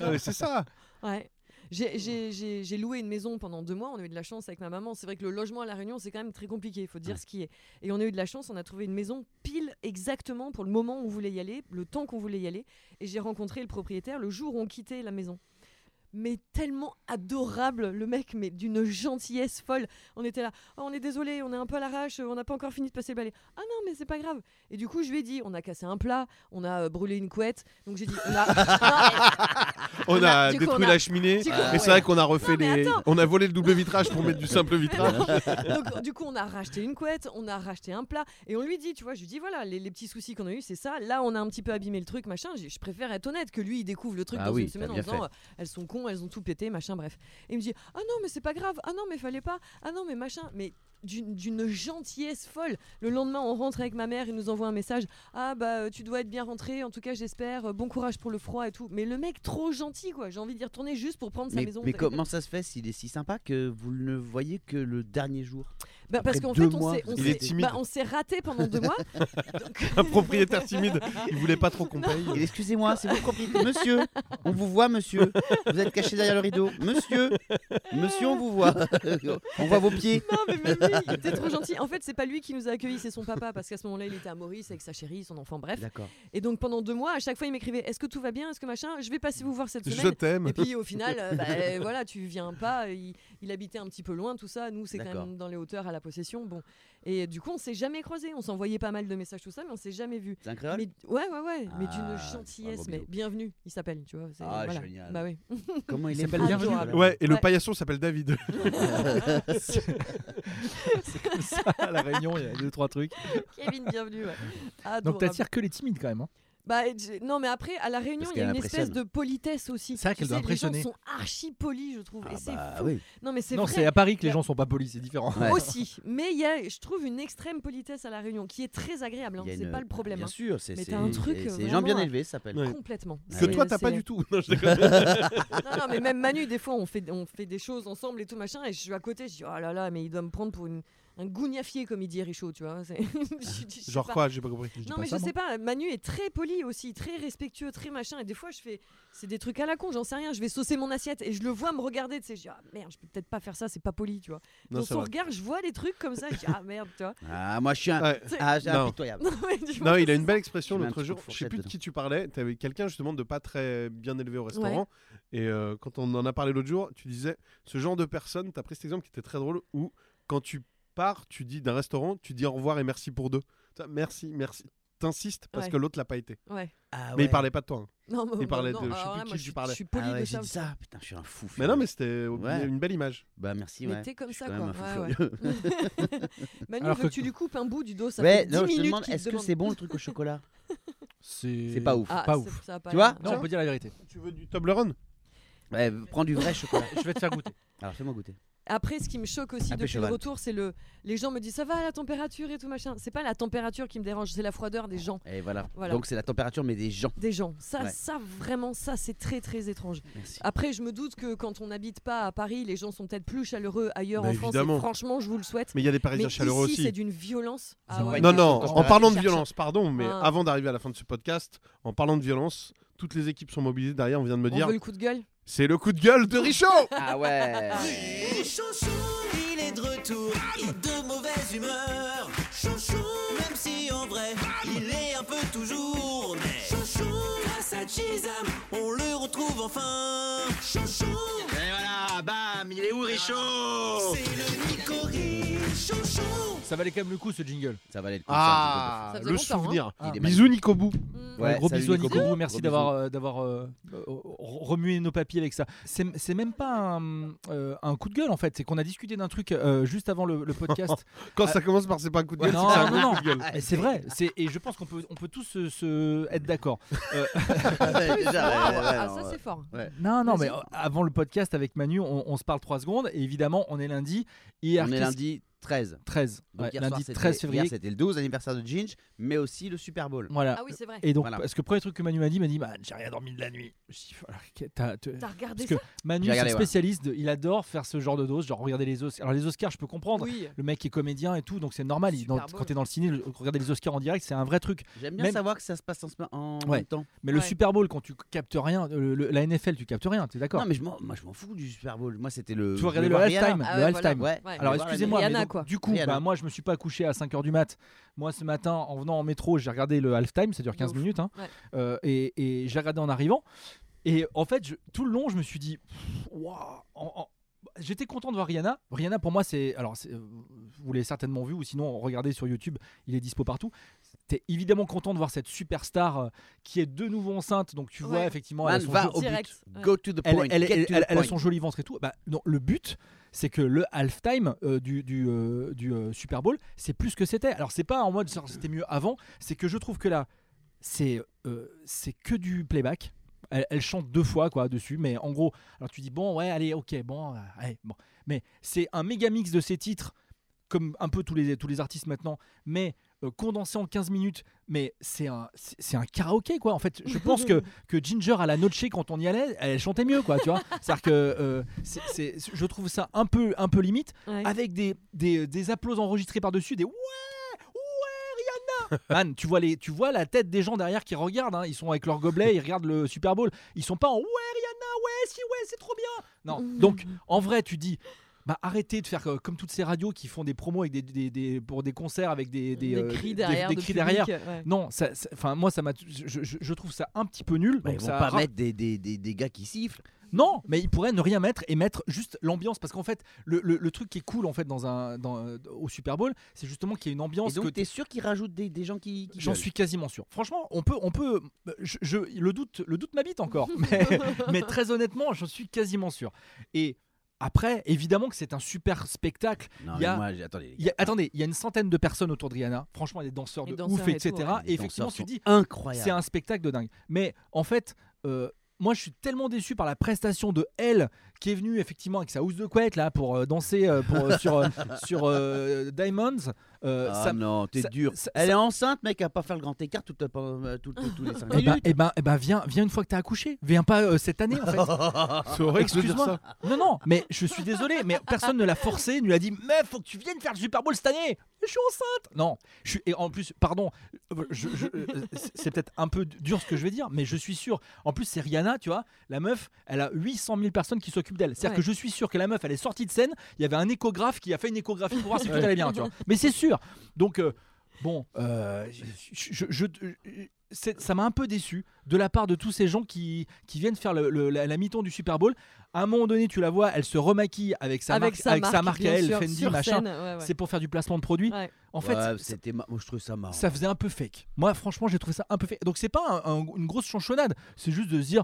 S3: Ah, mais c'est ça.
S5: Ouais. J'ai- J'ai j'ai- j'ai loué une maison pendant deux mois. On a eu de la chance avec ma maman. C'est vrai que le logement à La Réunion, c'est quand même très compliqué. Il faut dire
S4: Ouais.
S5: ce qui est. Et on a eu de la chance. On a trouvé une maison pile exactement pour le moment où on voulait y aller, le temps qu'on voulait y aller. Et j'ai rencontré le propriétaire le jour où on quittait la maison. Mais tellement adorable, le mec, mais d'une gentillesse folle. On était là. Oh, on est désolé, on est un peu à l'arrache. euh, On n'a pas encore fini de passer le balai. Ah non, mais c'est pas grave. Et du coup, je lui ai dit on a cassé un plat, on a euh, brûlé une couette. Donc j'ai dit on a-
S3: On,
S5: On
S3: a,
S5: a- du coup,
S3: détruit
S5: on a-
S3: la cheminée.
S5: du coup,
S3: et c'est
S5: ouais.
S3: vrai qu'on a refait
S5: Non, mais
S3: les.
S5: attends.
S3: On a volé le double vitrage pour mettre du simple vitrage.
S5: hein. Donc, du coup, on a racheté une couette, on a racheté un plat, et on lui dit, tu vois, je lui dis, voilà, les, les petits soucis qu'on a eu, c'est ça. Là, on a un petit peu abîmé le truc, machin. Je, je préfère être honnête que lui, il découvre le truc
S4: Ah
S5: dans
S4: oui,
S5: une
S4: t'as
S5: semaine en
S4: bien
S5: disant,
S4: fait.
S5: euh, elles sont cons, elles ont tout pété, machin, bref. Et il me dit, ah non, mais c'est pas grave, ah non, mais fallait pas, ah non, mais machin, mais d'une- d'une gentillesse folle. Le lendemain, on rentre avec ma mère, il nous envoie un message, ah bah euh, tu dois être bien rentré, en tout cas j'espère, euh, bon courage pour le froid et tout. Mais le mec trop gentil, quoi. J'ai envie d'y retourner juste pour prendre sa
S4: mais,
S5: maison.
S4: mais comment ça se fait s'il est si sympa que vous ne le voyez que le dernier jour
S5: Bah, parce
S4: Après
S5: qu'en fait,
S4: deux
S5: on
S4: mois,
S5: s'est-
S4: vous
S5: on
S3: avez- Il est
S5: s'est
S3: timide.
S5: bah, on s'est raté pendant deux mois. Donc-
S3: Un propriétaire timide. Il voulait pas trop qu'on paye.
S4: Et Excusez-moi, c'est vous le propriétaire. Monsieur, on vous voit, monsieur. Vous êtes caché derrière le rideau. Monsieur, monsieur, on vous voit. On voit vos pieds.
S5: Non, mais même lui, il était trop gentil. En fait, c'est pas lui qui nous a accueillis, c'est son papa. Parce qu'à ce moment-là, il était à Maurice avec sa chérie, son enfant, bref.
S4: D'accord.
S5: Et donc, pendant deux mois, à chaque fois, il m'écrivait Est-ce que tout va bien Est-ce que machin Je vais passer vous voir cette
S3: Je
S5: semaine.
S3: t'aime.
S5: Et puis, au final, euh, bah, voilà, tu viens pas. Il, il habitait un petit peu loin, tout ça. Nous, c'est quand
S4: D'accord.
S5: même dans les hauteurs à la possession. Bon. Et du coup, on s'est jamais croisés. On s'envoyait pas mal de messages, tout ça, mais on s'est jamais vus.
S4: C'est un créole
S5: Mais, ouais, ouais, ouais. mais
S4: Ah,
S5: d'une
S4: un
S5: gentillesse.
S4: gros
S5: Mais
S4: bisou.
S5: bienvenue, il s'appelle, tu vois. c'est-
S4: Ah,
S5: voilà.
S4: génial.
S5: Bah oui.
S4: Comment il,
S2: Il
S4: est
S2: s'appelle
S4: beau,
S5: Bienvenue.
S4: ce gars-là.
S3: Ouais, et le
S5: Ouais. Ah
S3: paillasson s'appelle David.
S2: à la réunion, il y a deux trois trucs.
S5: Kevin, bienvenue. Ouais.
S2: Donc
S5: Adorable.
S2: t'attires que les timides quand même. hein.
S5: Bah, et j'ai- non, mais après, à La Réunion,
S4: Parce
S5: il y a
S4: qu'elle
S5: une espèce
S4: impressionne.
S5: de politesse aussi.
S2: C'est vrai
S5: Tu
S2: qu'elle doit
S5: sais,
S2: impressionner.
S5: Les gens sont archi polis, je trouve.
S4: Ah
S5: et c'est
S4: bah
S5: fou.
S4: oui.
S5: Non, mais c'est
S2: Non, c'est
S5: vrai.
S2: à Paris que les
S5: Ouais.
S2: gens sont pas polis, c'est différent.
S4: Ouais.
S5: Aussi. Mais il y a, je trouve, une extrême politesse à La Réunion qui est très agréable. hein,
S4: Il y a
S5: C'est
S4: une-
S5: pas le problème.
S4: Bien
S5: hein.
S4: sûr, Ah c'est
S5: Mais
S4: c'est-
S5: t'as un truc,
S4: c'est- c'est les
S5: vraiment,
S4: gens bien
S5: euh,
S4: élevés, ça s'appelle.
S3: Ouais.
S5: Complètement.
S3: Que
S5: C'est-
S3: toi, t'as pas
S5: c'est-
S3: du tout. Non, je déconne.
S5: Non, non, mais même Manu, des fois, on fait, on fait des choses ensemble et tout machin. Et je suis à côté, je dis, oh là là, mais il doit me prendre pour une, un gougnafier, comme il dit Richaud, tu vois. c'est- je- je sais
S3: Genre
S5: pas.
S3: quoi J'ai pas compris.
S5: Non mais je sais pas, Manu est très poli aussi, très respectueux, très machin, et des fois je fais, c'est des trucs à la con, j'en sais rien, je vais saucer mon assiette et je le vois me regarder, tu sais, je dis ah merde, je peux peut-être pas faire ça, c'est pas poli, tu vois.
S3: Non,
S5: Dans
S3: c'est
S5: son
S3: vrai.
S5: regard, je vois des trucs comme ça, je dis ah merde, tu vois.
S4: Ah, moi, je suis un.
S3: Ouais.
S4: Ah, j'ai
S3: Non.
S4: impitoyable.
S5: Non, mais tu vois,
S3: Non, il a une belle
S4: Tu
S3: expression
S4: mets un
S3: l'autre
S4: petit
S3: jour.
S4: coup de
S3: Je sais plus
S4: fourchette
S3: de qui tu parlais. Tu avais quelqu'un justement de pas très bien élevé au restaurant. Et euh, quand on en a parlé l'autre jour, tu disais ce genre de personne. Tu as pris cet exemple qui était très drôle où quand tu pars, tu dis d'un restaurant, tu dis au revoir et merci pour deux. Ça, Merci, merci. T'insistes parce
S5: Ouais.
S3: que l'autre l'a pas été.
S5: Ouais.
S4: Ah
S3: Mais
S4: ouais.
S3: il parlait pas de toi. hein.
S5: Non, mais-
S3: Il parlait
S5: non,
S3: de- je sais
S5: alors
S3: plus
S5: là,
S3: qui
S5: moi,
S3: tu
S5: je,
S3: parlais.
S5: Je suis poli
S4: Ah ouais,
S5: de
S4: j'ai
S5: ça.
S4: dit ça. Putain, je suis un fou.
S3: Mais non, mais c'était au-
S4: Ouais.
S3: une belle image.
S4: Bah, merci.
S5: Mais
S4: ouais.
S5: t'es comme
S4: Je suis
S5: ça,
S4: quand même
S5: quoi.
S4: un fou
S5: Ouais, ouais.
S4: furieux.
S5: Manu
S2: Alors
S5: veut
S2: que-
S5: que tu lui coupes un bout du dos, ça
S4: Ouais,
S5: fait 10
S4: non, je te
S5: minutes
S4: demande,
S5: qu'il te
S4: est-ce que
S5: demande.
S4: c'est bon le truc au chocolat
S2: C'est
S4: C'est pas ouf.
S5: Ah,
S2: Pas
S5: c'est-
S2: ouf.
S5: ça a pas
S4: Tu
S5: l'air.
S4: vois
S2: Non, on peut dire la vérité.
S3: Tu veux du Toblerone
S4: Ouais, prends du vrai chocolat.
S2: Je vais te faire goûter.
S4: Alors, fais-moi goûter.
S5: Après, ce qui me choque aussi
S3: Ah,
S4: Un peu
S5: depuis le
S4: cheval.
S5: retour, c'est le. Les gens me disent ça va la température et tout machin. C'est pas la température qui me dérange, c'est la froideur des gens.
S4: Et voilà.
S5: Voilà.
S4: Donc, c'est la température, mais des gens.
S5: Des gens. Ça,
S4: Ouais.
S5: ça vraiment, ça, c'est très très étrange.
S4: Merci.
S5: Après, je me doute que quand on n'habite pas à Paris, les gens sont peut-être plus chaleureux ailleurs
S3: Bah,
S5: en France. et
S3: évidemment.
S5: franchement, je vous le souhaite.
S3: Mais il y a des Parisiens chaleureux
S5: ici,
S3: aussi.
S5: c'est d'une violence.
S2: Ils
S5: Ah
S2: ont pas
S3: Non,
S4: Ouais,
S3: non,
S4: quand
S3: en
S4: on
S3: parlant de
S5: cherche-
S3: violence, pardon, mais
S5: Ah.
S3: avant d'arriver à la fin de ce podcast, en parlant de violence, toutes les équipes sont mobilisées derrière, on vient de me
S5: On
S3: dire,
S5: veut le coup de gueule.
S3: c'est le coup de gueule de Richaud
S4: Ah ouais
S6: Il est de retour et de mauvaise humeur. Chouchou, même si en vrai, il est un peu toujours. Mais chouchou, grâce à Chisam, on le retrouve enfin. Chouchou,
S7: Et voilà, bam, il est où Richaud
S6: c'est le Nico Riche. chouchou.
S2: Ça valait quand même le coup ce jingle.
S4: Ça valait le coup.
S3: Ah,
S5: Ça faisait
S3: le
S5: longtemps, hein.
S3: souvenir.
S2: Ah.
S4: Il est
S3: Bisous Nico Bou.
S5: Mm.
S4: Ouais,
S2: Un gros
S4: salut,
S2: bisou à
S4: Nico
S2: Nico
S4: Bou.
S2: Bou, merci
S4: Gros
S2: d'avoir euh, d'avoir euh, euh, remué nos papiers avec ça. C'est c'est même pas un, euh, un coup de gueule en fait, c'est qu'on a discuté d'un truc euh, juste avant le, le podcast.
S3: Quand
S2: Ah.
S3: ça commence par c'est pas un coup de
S2: Ouais,
S3: gueule,
S2: non,
S3: c'est un
S2: non,
S3: coup de
S4: Ah,
S3: gueule.
S2: Et c'est vrai, c'est- et je pense qu'on peut, on peut tous se- se être d'accord.
S5: Ah, ah, ça c'est fort.
S2: Non, non,
S5: Vas-y.
S2: mais euh, avant le podcast avec Manu, on, on se parle 3 secondes. Et évidemment, on est lundi. Hier,
S4: On est
S2: qu'est-ce-
S4: lundi 13.
S2: 13.
S4: Donc
S2: ouais,
S4: hier soir,
S2: lundi
S4: c'était-
S2: 13 février.
S4: hier, C'était le 12 anniversaire de Ginge, mais aussi le Super Bowl.
S2: voilà.
S5: Ah oui, c'est vrai.
S2: Et donc,
S4: Voilà.
S2: parce que le premier truc que Manu m'a dit, il m'a dit bah, J'ai rien dormi de la nuit. Je dis, Voilà, que- t'as- te-
S5: T'as regardé
S2: Parce que
S5: ça
S2: Manu,
S4: J'ai
S2: c'est
S4: regardé,
S2: un
S4: ouais.
S2: spécialiste, de- il adore faire ce genre de dose, genre regarder les Oscars. Alors, les Oscars, je peux comprendre.
S5: Oui.
S2: Le mec est comédien et tout, donc c'est normal. il- dans-
S5: Super Bowl.
S2: quand t'es dans le ciné, le- regarder les Oscars en direct, c'est un vrai truc.
S4: J'aime bien
S2: Même-
S4: savoir que ça se passe en, ce- en
S2: Ouais.
S4: même temps.
S2: Mais le
S5: Ouais.
S2: Super Bowl, quand tu captes rien, euh, le- le- la NFL, tu captes rien, t'es d'accord
S4: Non, mais je m'en- moi je m'en fous du Super Bowl. Moi c'était le.
S2: Tu
S4: je
S2: vas regarder le
S4: voulais voir
S2: halftime.
S4: Rihanna.
S5: Ah
S2: le
S5: ouais,
S2: halftime.
S4: Ouais.
S5: Ouais.
S2: Alors
S4: Je voulais voir
S2: excusez-moi,
S4: la-
S2: mais
S5: Rihanna,
S2: donc,
S5: quoi.
S2: du coup,
S4: Rihanna.
S2: bah, moi je me suis pas couché à 5h du mat. Moi ce matin, en venant en métro, j'ai regardé le halftime, ça dure 15
S5: De ouf.
S2: minutes, hein.
S5: Ouais.
S2: Euh, et, et j'ai regardé en arrivant. Et en fait, je- tout le long, je me suis dit, Pff, waouh, en- en- j'étais content de voir Rihanna. Rihanna pour moi, c'est, alors c'est- euh, vous l'avez certainement vu, ou sinon regardez sur YouTube, il est dispo partout. T'es évidemment content de voir cette superstar euh, qui est de nouveau enceinte, donc tu vois
S5: Ouais.
S2: effectivement,
S4: Man,
S2: elle a son
S4: va
S2: jeu-
S4: au but.
S5: Direct. Ouais.
S4: Go to the
S2: elle,
S4: point.
S2: elle-
S4: get
S2: elle-
S4: to
S2: elle-
S4: the
S2: elle a
S4: point.
S2: son joli ventre et tout. Bah, non, le but, c'est que le halftime euh, du, du, euh, du, euh, Super Bowl, c'est plus ce que c'était. Alors, c'est pas en mode genre, c'était mieux avant, c'est que je trouve que là, c'est euh, c'est que du playback. Elle, elle chante deux fois quoi dessus, mais en gros, alors tu dis bon, ouais, allez, ok, bon, euh, allez, bon. Mais c'est un méga mix de ces titres, comme un peu tous les, tous les artistes maintenant, mais euh, condensé en 15 minutes. Mais c'est un, c'est c'est un karaoké quoi. En fait, je pense que que Ginger à la Noche quand on y allait, elle chantait mieux quoi, tu vois. C'est-à-dire que euh, c'est- c'est- je trouve ça un peu, un peu limite,
S5: Ouais.
S2: avec des des, euh, des applauses enregistrés par dessus, des ouais, ouais Rihanna. Man, tu vois les, tu vois la tête des gens derrière qui regardent, hein. ils sont avec leur gobelet, ils regardent le Super Bowl, ils sont pas en ouais Rihanna, ouais si ouais c'est trop bien. Non,
S5: Mm.
S2: donc en vrai tu dis. Bah, arrêtez de faire euh, comme toutes ces radios qui font des promos avec des, des- des- pour des concerts avec des, des,
S5: Des
S2: euh,
S5: cris derrière.
S2: des
S5: de
S2: cris
S5: public,
S2: derrière.
S5: ouais.
S2: Non, ça, ça- enfin moi ça m'a, je, je- je trouve ça un petit peu nul.
S4: Bah,
S2: donc
S4: ils vont
S2: ça
S4: pas
S2: ra-
S4: mettre des, des, des, des gars qui sifflent.
S2: non, mais ils pourraient ne rien mettre et mettre juste l'ambiance parce qu'en fait, le, le- le truc qui est cool en fait dans un dans, euh, au Super Bowl, c'est justement qu'il y a une
S4: Et
S2: ambiance que
S4: donc t'es sûr qu'ils rajoutent des, des gens qui. qui
S2: J'en
S4: gueulent
S2: suis quasiment sûr. Franchement, on peut, on peut. Je, je- le doute, le doute m'habite encore. Mais, mais très honnêtement, j'en suis quasiment sûr. Et après, évidemment que c'est un super spectacle.
S4: Non,
S2: Il y
S4: mais
S2: a-
S4: moi, j'ai- attendez. les
S2: Il
S4: gars,
S2: y a- attendez, il y a une centaine de personnes autour de Rihanna. Franchement, des danseurs
S5: Les
S2: de
S5: danseurs
S2: ouf,
S5: et
S2: etc.
S5: tout, ouais.
S2: Et
S4: les
S2: effectivement,
S4: danseurs
S2: tu
S4: sont
S2: dis,
S4: Incroyable.
S2: c'est un spectacle de dingue. Mais en fait, euh, moi, je suis tellement déçu par la prestation de elle qui est venue effectivement avec sa housse de couette là pour euh, danser euh, pour, euh, sur euh, sur euh, Diamonds. Euh,
S4: Ah
S2: ça-
S4: non, t'es
S2: ça-
S4: dur.
S2: ça-
S4: Elle
S2: ça-
S4: est enceinte, mec, à pas faire le grand écart tout, le- euh, tout, tout- tous les 5
S2: Eh ben,
S4: minutes.
S2: eh ben, eh ben, viens, viens une fois que t'as accouché. Viens pas euh, cette année en fait.
S3: C'est horrible de dire
S2: Excuse-moi.
S3: ça.
S2: Non, non, mais je suis désolé, mais personne ne l'a forcé, ne lui a dit, meuf, faut que tu viennes faire le Super Bowl cette année. Je suis enceinte. Non, je suis, et en plus, pardon, euh, je- je- euh, c'est- c'est peut-être un peu dur ce que je vais dire, mais je suis sûr. En plus, c'est Rihanna, tu vois, la meuf, elle a 800 000 personnes qui s'occupent d'elle. C'est-à-dire que
S5: Ouais.
S2: je suis sûr que la meuf, elle est sortie de scène, il y avait un échographe qui a fait une échographie pour voir si tout allait bien, tu vois. Mais c'est sûr. Donc, euh, bon, euh, je, je- je- je- c'est- ça m'a un peu déçu de la part de tous ces gens qui, qui viennent faire le- le- la, la mi-temps du Super Bowl. À un moment donné, tu la vois, elle se remaquille avec sa
S5: avec
S2: marque,
S5: sa
S2: avec
S5: marque,
S2: sa marque à
S5: bien
S2: elle,
S5: sûr,
S2: Fendi,
S5: sur
S2: machin.
S5: scène, ouais, ouais.
S2: C'est pour faire du placement de produits.
S5: Ouais.
S2: En fait,
S4: Ouais,
S2: c'est-
S4: c'était mar- moi je trouve ça marrant.
S2: ça faisait un peu fake. Moi, franchement, j'ai trouvé ça un peu fake. Donc, c'est pas un- un- une grosse chanchonnade. C'est juste de se dire,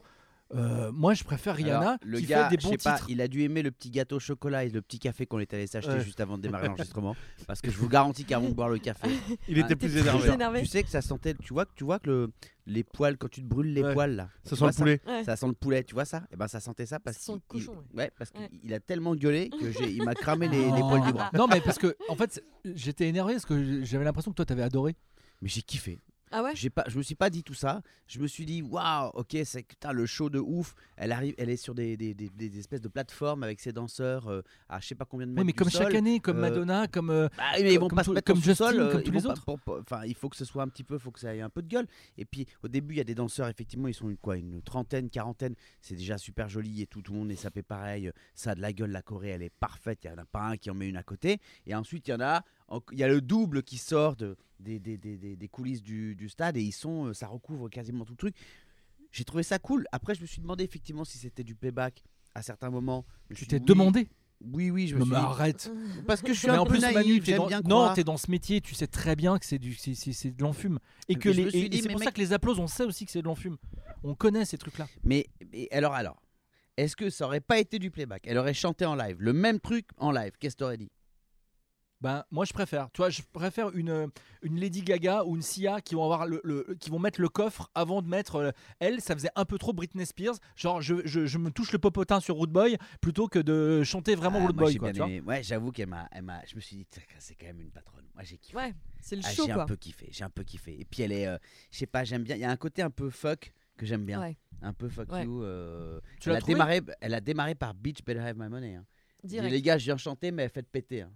S2: euh, moi, je préfère Rihanna
S4: Alors, le
S2: qui
S4: gars,
S2: fait des bons
S4: je sais pas,
S2: titres.
S4: il a dû aimer le petit gâteau au chocolat et le petit café qu'on était allé s'acheter
S3: Ouais.
S4: juste avant de démarrer l'enregistrement parce que je vous garantis qu'avant de boire le café,
S3: Il était plus
S5: T'es
S3: énervé.
S5: très énervé.
S4: tu sais que ça sentait, tu vois, que- tu vois que le, les poils quand tu te brûles les
S3: Ouais.
S4: poils là,
S3: Ça
S4: tu
S3: sent
S4: vois
S3: le poulet.
S5: Ouais.
S4: Ça sent le poulet, tu vois ça Et ben ça sentait ça parce
S5: Ça sent le
S4: qu'il-
S5: cochon, ouais.
S4: ouais, parce qu'il
S5: Ouais. Oh.
S4: il a tellement gueulé que j'ai- il m'a cramé les, les poils du bras.
S2: Non, mais parce que, en fait, j'étais énervé parce que j'avais l'impression que toi, t'avais adoré.
S4: Mais j'ai kiffé.
S5: Ah ouais
S4: J'ai pas, je me suis pas dit tout ça. Je me suis dit, waouh, ok, c'est putain, le show de ouf. Elle arrive, elle est sur des, des- des- des espèces de plateformes avec ses danseurs euh, à je sais pas combien de mètres.
S2: Oui, mais
S4: du
S2: comme chaque
S4: sol.
S2: année, comme
S4: euh,
S2: Madonna, comme. euh,
S4: Bah, mais ils vont
S2: Comme
S4: pas
S2: tout-
S4: se mettre
S2: comme
S4: au sol, euh,
S2: Justin, comme tous les autres.
S4: Enfin, il faut que ce soit un petit peu, il faut que ça ait un peu de gueule. Et puis, au début, il y a des danseurs, effectivement, ils sont une, quoi, une trentaine, quarantaine. C'est déjà super joli et tout, tout le monde est sapé pareil. Ça a de la gueule, la Corée, elle est parfaite. Il y en a pas un qui en met une à côté. Et ensuite, il y en a, en- il y a le double qui sort de, des, des, des- des- des coulisses du, du stade et ils sont, euh, ça recouvre quasiment tout le truc. J'ai trouvé ça cool. Après, je me suis demandé effectivement si c'était du playback à certains moments. Je
S2: tu
S4: me suis
S2: t'es
S4: dit, oui,
S2: demandé.
S4: Oui, oui, je me
S2: Non,
S4: suis
S2: mais
S4: dit-
S2: arrête.
S4: Parce que je suis
S2: Mais
S4: un
S2: en
S4: peu
S2: plus,
S4: naïf,
S2: Manu, t'es
S4: j'aime
S2: dans...
S4: bien
S2: non,
S4: croire.
S2: t'es dans ce métier, tu sais très bien que c'est du, c'est, c'est- c'est de l'enfume et que
S4: Mais je
S2: les,
S4: me suis
S2: et-
S4: dit,
S2: et c'est
S4: mais
S2: pour ça
S4: mec-
S2: que les applaudissements, on sait aussi que c'est de l'enfume. On connaît ces trucs-là.
S4: Mais, mais alors, alors, est-ce que ça aurait pas été du playback Elle aurait chanté en live, le même truc en live. Qu'est-ce que t'aurais dit
S2: Ben, moi, je préfère. Tu vois, je préfère une, euh, une Lady Gaga ou une Sia qui vont, avoir le, le- qui vont mettre le coffre avant de mettre. euh, elle, ça faisait un peu trop Britney Spears. Genre, je, je, je me touche le popotin sur Rude Boy plutôt que de chanter vraiment
S4: Ah,
S2: Rude
S4: moi,
S2: Boy.
S4: j'ai
S2: quoi,
S4: bien
S2: tu vois.
S4: aimé. Ouais, j'avoue qu'elle m'a, elle m'a- Je me suis dit, Tain, c'est quand même une patronne. Moi, j'ai kiffé.
S5: Ouais, c'est le
S4: Ah,
S5: show
S4: j'ai
S5: quoi.
S4: un peu kiffé. J'ai un peu kiffé. Et puis elle est, euh, je sais pas, j'aime bien. Il y a un côté un peu fuck que j'aime bien.
S5: Ouais.
S4: Un peu fuck
S5: Ouais.
S4: you. euh,
S2: Tu
S4: elle
S2: l'as
S4: a
S2: trouvé
S4: démarré. Elle a démarré par Beach Better Have My Money. hein. J'ai dit,
S5: Direct.
S4: les gars, je viens chanter, mais faites péter. hein.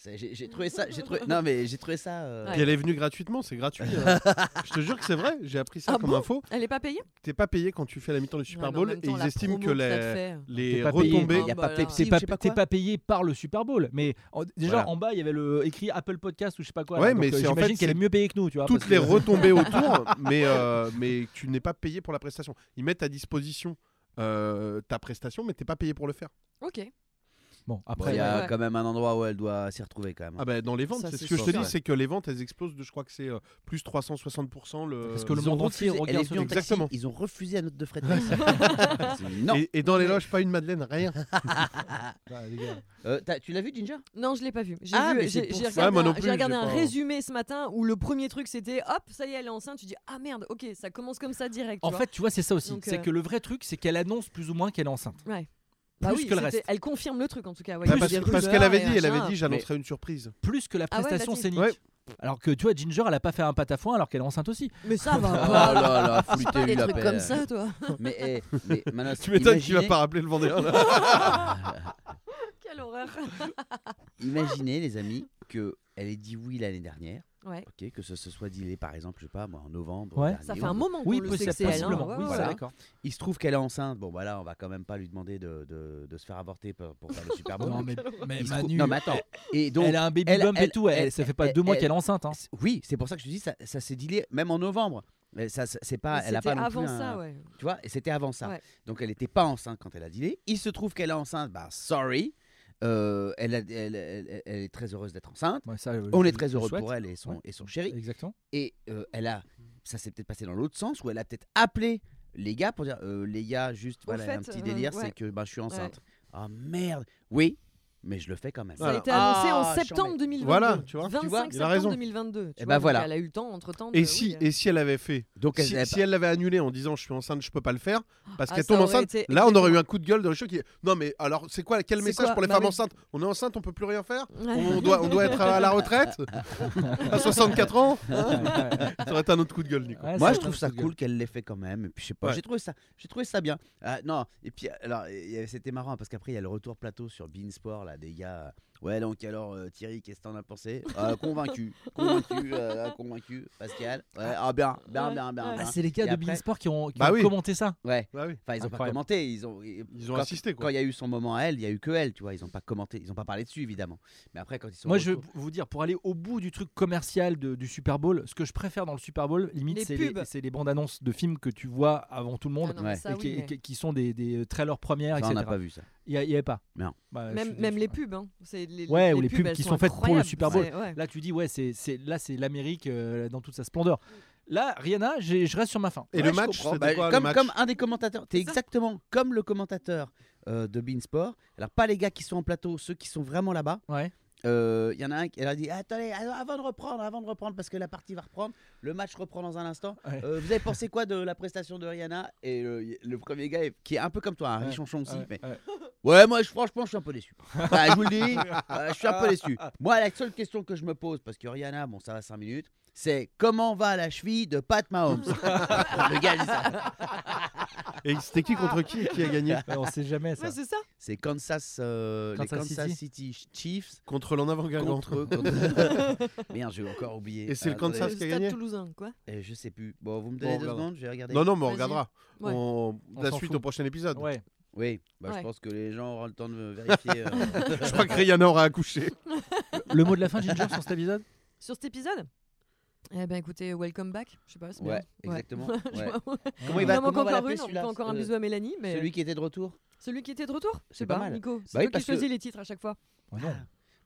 S4: C'est- J'ai j'ai trouvé ça. J'ai trouvé. Non, mais j'ai trouvé ça. euh,
S3: Puis elle est venue gratuitement, c'est gratuit. hein. je te jure que c'est vrai, j'ai appris ça
S5: Ah
S3: comme
S5: bon
S3: info.
S5: Elle est pas payée
S3: T'es pas payé quand tu fais la mi-temps du
S5: Ouais,
S3: Super
S5: mais en
S3: Bowl
S5: même
S3: et
S5: temps,
S3: ils
S5: la
S3: estiment
S5: promo
S3: que
S5: ça te
S3: les,
S5: fait.
S3: les
S2: T'es pas payé.
S3: retombées.
S4: Il n'y a
S5: Ah,
S4: pas
S5: bah,
S4: Pepsi.
S2: T'es
S4: je
S2: pas,
S4: sais pas
S2: t'es
S4: quoi.
S2: pas payé par le Super Bowl, mais en- déjà
S4: Voilà.
S2: en bas il y avait le écrit Apple Podcast ou je sais pas quoi.
S3: Ouais,
S2: donc,
S3: mais
S2: euh,
S3: c'est- en
S2: j'imagine
S3: fait,
S2: qu'elle est
S3: c'est
S2: mieux payée que nous, tu vois.
S3: toutes
S2: parce
S3: les
S2: que-
S3: retombées autour, mais, euh, mais tu n'es pas payé pour la prestation. Ils mettent à disposition euh, ta prestation, mais t'es pas payé pour le faire.
S5: Ok.
S2: Bon,
S4: bon,
S2: après,
S4: il y
S2: euh,
S4: a
S5: ouais.
S4: quand même un endroit où elle doit s'y retrouver quand même.
S3: Ah bah, dans les ventes,
S5: Ça,
S3: c'est ce
S5: c'est
S3: que je te
S5: sûr,
S3: dis,
S5: ouais.
S3: c'est que les ventes, elles explosent de, je crois que c'est euh, plus 360% le...
S2: Parce que le
S3: Ils
S4: Ils ont
S2: monde entier
S4: refusé-
S2: regarde
S4: elle est
S2: ce
S4: venue en taxi,
S3: Exactement.
S4: Ils ont refusé la note de frais de taxi. Ils ont dit non.
S3: Et, et dans les loges, pas une Madeleine, rien.
S2: bah, les gars,
S4: Euh, t'as- tu l'as vu, Ginger
S5: Non, je l'ai pas vu. J'ai
S4: Ah,
S5: vu-
S4: mais c'est
S5: j'ai-
S4: pour
S5: j'ai
S3: ça. Ouais,
S5: regardé,
S3: moi
S5: un-
S3: non plus,
S5: j'ai regardé
S3: j'ai
S5: un
S3: pas-
S5: résumé ce matin où le premier truc c'était hop, ça y est, elle est enceinte. Tu dis ah merde, ok, ça commence comme ça direct. tu
S2: En
S5: vois.
S2: fait, tu vois, c'est ça aussi.
S5: Donc,
S2: C'est
S5: euh,
S2: que le vrai truc, c'est qu'elle annonce plus ou moins qu'elle est enceinte.
S5: Ouais.
S2: Plus
S5: Bah oui,
S2: que le
S5: c'était-
S2: reste.
S5: Elle confirme le truc en tout cas. ouais,
S3: Bah,
S5: il y a
S3: parce
S5: des
S3: parce
S5: rumeurs
S3: qu'elle avait
S5: et
S3: dit, elle
S5: machin.
S3: avait dit, j'annoncerai une surprise.
S2: Plus que la
S5: Ah ouais,
S2: prestation
S5: vas-y.
S2: scénique.
S3: Ouais.
S2: Alors que tu vois, Ginger, elle a pas fait un patafoin alors qu'elle est enceinte aussi.
S5: Mais ça va
S4: Ah
S5: pas.
S4: là là,
S5: C'est
S4: foutez-lui
S5: pas des
S4: la
S5: trucs
S4: paix,
S5: comme
S4: là.
S5: ça, toi.
S4: Mais, eh, mais Manos,
S3: Tu m'étonnes qu'il
S4: imaginez-
S3: va pas rappeler le Vendéen. là.
S5: Quelle horreur.
S4: Imaginez, les amis, que elle ait dit oui l'année dernière.
S5: Ouais.
S4: Ok, que ce se soit dit, par exemple, je sais pas, moi, en novembre.
S2: Ouais.
S4: dernier,
S5: Ça fait
S4: ou-
S5: un moment qu'on
S2: Oui,
S5: le
S2: possi-
S5: sait que c'est elle. hein.
S2: possiblement.
S5: Ouais,
S2: oui,
S5: ouais,
S2: c'est
S5: ouais.
S2: d'accord.
S4: Il se trouve qu'elle est enceinte. Bon, bah là, on va quand même pas lui demander de, de- de se faire avorter pour, pour faire le Super Bowl.
S2: Non, mais, mais
S4: Il se trouve-
S2: Manu,
S4: non, mais attends. Et donc,
S2: elle a un baby
S4: elle-
S2: bump et
S4: elle-
S2: tout. Elle,
S4: elle-
S2: ça fait pas
S4: elle-
S2: deux mois
S4: elle-
S2: qu'elle est enceinte. hein.
S4: c'est- oui, c'est pour ça que je te dis, ça, ça s'est dilé même en novembre. Mais Ça, ça- c'est pas,
S5: Mais
S4: elle a pas
S5: c'était
S4: non
S5: avant
S4: plus un-
S5: ça, ouais.
S4: Tu vois, et c'était avant ça.
S5: Ouais.
S4: Donc elle n'était pas enceinte quand elle a dilé. Il se trouve qu'elle est enceinte, bah sorry. Euh, elle, a- elle- elle- elle est très heureuse d'être enceinte.
S2: Ouais, ça, euh,
S4: On est
S2: je-
S4: très
S2: je
S4: heureux
S2: souhaite.
S4: pour elle et son,
S2: Ouais. Mm.
S4: et son chéri.
S2: Exactement.
S4: Et euh, elle a, ça s'est peut-être passé dans l'autre sens, où elle a peut-être appelé les gars pour dire euh, les gars, juste, voilà,
S5: fait,
S4: un petit
S5: euh,
S4: délire,
S5: ouais.
S4: c'est que bah, je suis enceinte. Ah merde, oui, mais je le fais quand même.
S5: Ça
S3: Voilà.
S5: a été annoncé
S4: Ah,
S5: en
S4: j'en ai-
S5: septembre 2022.
S3: Voilà, tu vois, tu
S5: 25
S4: vois,
S3: il a raison.
S5: septembre 2022. tu
S4: Eh
S5: vois,
S4: ben
S5: donc
S4: voilà.
S5: Elle a eu le temps entre temps.
S3: Et si, et si elle avait fait
S4: Donc elle
S3: si,
S4: n'avait
S3: si
S4: pas-
S3: elle l'avait annulé en disant je suis enceinte, je peux pas le faire, parce
S5: Ah,
S3: qu'elle
S5: ça
S3: tombe
S5: aurait
S3: enceinte,
S5: été
S3: là on aurait eu un coup de gueule de Richaud qui non mais alors c'est quoi quel
S5: C'est
S3: message
S5: quoi
S3: pour les
S5: Bah
S3: femmes
S5: oui.
S3: enceintes On est enceinte, on peut plus rien faire On doit on doit être à la retraite à 64 ans hein Ça aurait été un autre coup de gueule Nico.
S2: Ouais,
S4: Moi,
S2: ça,
S4: je trouve ça
S2: Ah, c'est
S4: cool qu'elle l'ait fait quand même. Et puis, je sais pas,
S3: Ouais.
S4: j'ai trouvé ça, j'ai trouvé ça bien. Ah, non, et puis, alors, il y avait- c'était marrant hein, parce qu'après, il y a le retour plateau sur Beansport, là, des gars. euh, Ouais, donc alors, euh, Thierry, qu'est-ce que t'en as pensé Ah, Convaincu, convaincu, euh, convaincu. Pascal, ouais, ah, bien, bien, bien, bien.
S2: Ah,
S4: bien.
S2: c'est les gars
S4: Et
S2: de
S4: après-
S2: Beansport qui ont, qui
S3: Bah
S2: ont
S3: oui.
S2: commenté ça.
S4: Ouais.
S3: Bah oui.
S4: Enfin, ils ont pas
S2: Incroyable.
S4: commenté. Ils ont,
S3: Ils ont
S4: quand-
S3: assisté
S4: Quand
S3: quoi.
S4: il y a eu son moment à elle, il y a eu que elle, tu vois. Ils ont pas commenté, ils ont pas parlé dessus, évidemment. Mais après, quand ils sont.
S2: Moi,
S4: au
S2: je vais
S4: retour-
S2: vous dire, pour aller au bout du truc commercial de- du Super Bowl, ce que je préfère dans le Super Bowl, limite,
S5: Les
S2: c'est les,
S5: pubs. Ah
S2: c'est les bandes annonces de films que tu vois avant tout le monde.
S4: Ouais.
S2: et qui, et qui- qui sont des, des euh, trailers premières,
S4: Ça, on
S2: etc.
S4: n'a pas vu ça.
S2: Il n'y avait pas.
S4: Non.
S2: Bah, je suis
S5: Même,
S2: déçu.
S5: même les pubs, hein. C'est les,
S2: Ouais, ou les pubs
S5: elles
S2: qui sont faites pour le
S5: incroyables.
S2: Super Bowl.
S5: C'est- ouais.
S2: Là, tu dis, ouais, c'est c'est- là, c'est l'Amérique euh, dans toute sa splendeur. Là, Rihanna, j'ai- je reste sur ma fin.
S3: Et
S4: Ouais,
S3: le
S4: je
S3: match
S4: comprends.
S3: c'était
S4: Bah,
S3: quoi le
S4: comme,
S3: match
S4: comme un des commentateurs, t'es
S5: C'est ça.
S4: exactement comme le commentateur euh, de Beansport. Alors pas les gars qui sont en plateau, ceux qui sont vraiment là-bas.
S2: Ouais.
S4: Euh, Il y en a un qui elle a dit attendez av- avant de reprendre, avant de reprendre parce que la partie va reprendre, le match reprend dans un instant.
S2: Ouais.
S4: Euh, vous avez pensé quoi de la prestation de Rihanna et le, y- le premier gars est- qui est un peu comme toi, un
S2: Ouais,
S4: richonchon aussi.
S2: Ouais,
S4: mais-
S2: ouais.
S4: Ouais, moi je, franchement je suis un peu déçu. Bah, je vous le dis, euh, je suis un peu déçu. Moi la seule question que je me pose parce que Rihanna, bon ça va 5 minutes, c'est comment va la cheville de Pat Mahomes Le gars dit ça.
S3: Et c'était qui contre qui et qui a gagné
S2: Ouais, on sait jamais ça.
S5: Ouais, c'est ça.
S4: C'est Kansas, euh,
S2: Kansas
S4: les Kansas City, Chiefs
S3: Contre l'en avant gagnant.
S4: contre. contre... Merde, j'ai encore oublié.
S3: Et c'est le
S4: Attendez,
S3: Kansas
S5: Le
S3: qui a
S5: stade
S3: gagné
S5: toulousain, quoi.
S4: euh, je sais plus. Bon, vous me
S3: Bon,
S4: donnez
S3: on
S4: deux
S3: regardera.
S4: secondes, je vais regarder.
S3: Non non mais on
S5: Vas-y.
S3: regardera.
S5: Ouais.
S3: On-
S2: On
S3: La
S2: s'en
S3: suite
S2: fout.
S3: au prochain épisode.
S2: Ouais.
S4: Oui, bah,
S5: Ouais.
S4: je pense que les gens auront le temps de me vérifier. euh.
S3: Je crois que Rihanna aura accouché.
S2: Le mot de la fin, Ginger, sur cet épisode
S5: Sur cet épisode Eh ben écoutez, welcome back. Je sais pas. c'est
S4: Ouais,
S5: bien.
S4: exactement,
S5: Je
S4: ouais.
S5: vois-
S4: Comment il
S5: Il
S4: va comment
S5: en manque
S4: va
S5: encore
S4: l'appeler,
S5: une. On
S4: celui-là
S5: fait encore un
S4: Euh,
S5: bisou à Mélanie, mais
S4: Celui qui était de retour
S5: celui qui était de retour. Je sais
S4: pas
S5: pas,
S4: mal.
S5: Nico. C'est
S4: Bah oui,
S5: toi
S4: parce
S5: qui choisis
S4: que-
S5: les titres à chaque fois.
S2: Oh non.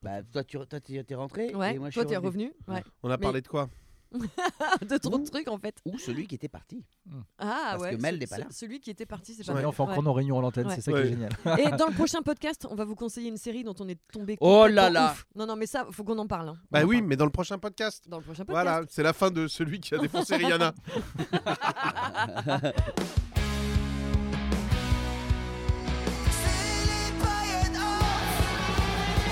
S4: Bah toi tu toi, t'es t'es rentré
S5: Ouais.
S4: et moi je
S5: toi,
S4: suis
S5: t'es revenu. Ouais.
S3: On a
S5: Mais-
S3: parlé de quoi
S5: de trop de trucs en fait.
S4: Ou celui qui était parti.
S5: Ah
S4: Parce
S5: ouais.
S4: que Mel
S5: ce-
S4: n'est pas
S5: ce-
S4: là.
S5: Celui qui était parti, c'est
S2: Ouais,
S5: pas mal.
S2: on fait encore
S5: Ouais.
S2: nos réunions à l'antenne,
S5: Ouais.
S2: c'est ça
S3: Ouais.
S2: qui est génial.
S5: Et dans le prochain podcast, on va vous conseiller une série dont on est tombé.
S4: Oh là
S5: complètement
S4: là.
S5: ouf. Non non, mais ça, faut qu'on en parle. hein. On
S3: Bah
S5: en
S3: oui,
S5: parle.
S3: mais dans le prochain podcast.
S5: Dans le prochain podcast.
S3: Voilà, c'est la fin de celui qui a défoncé Rihanna.
S6: C'est les paillettes or.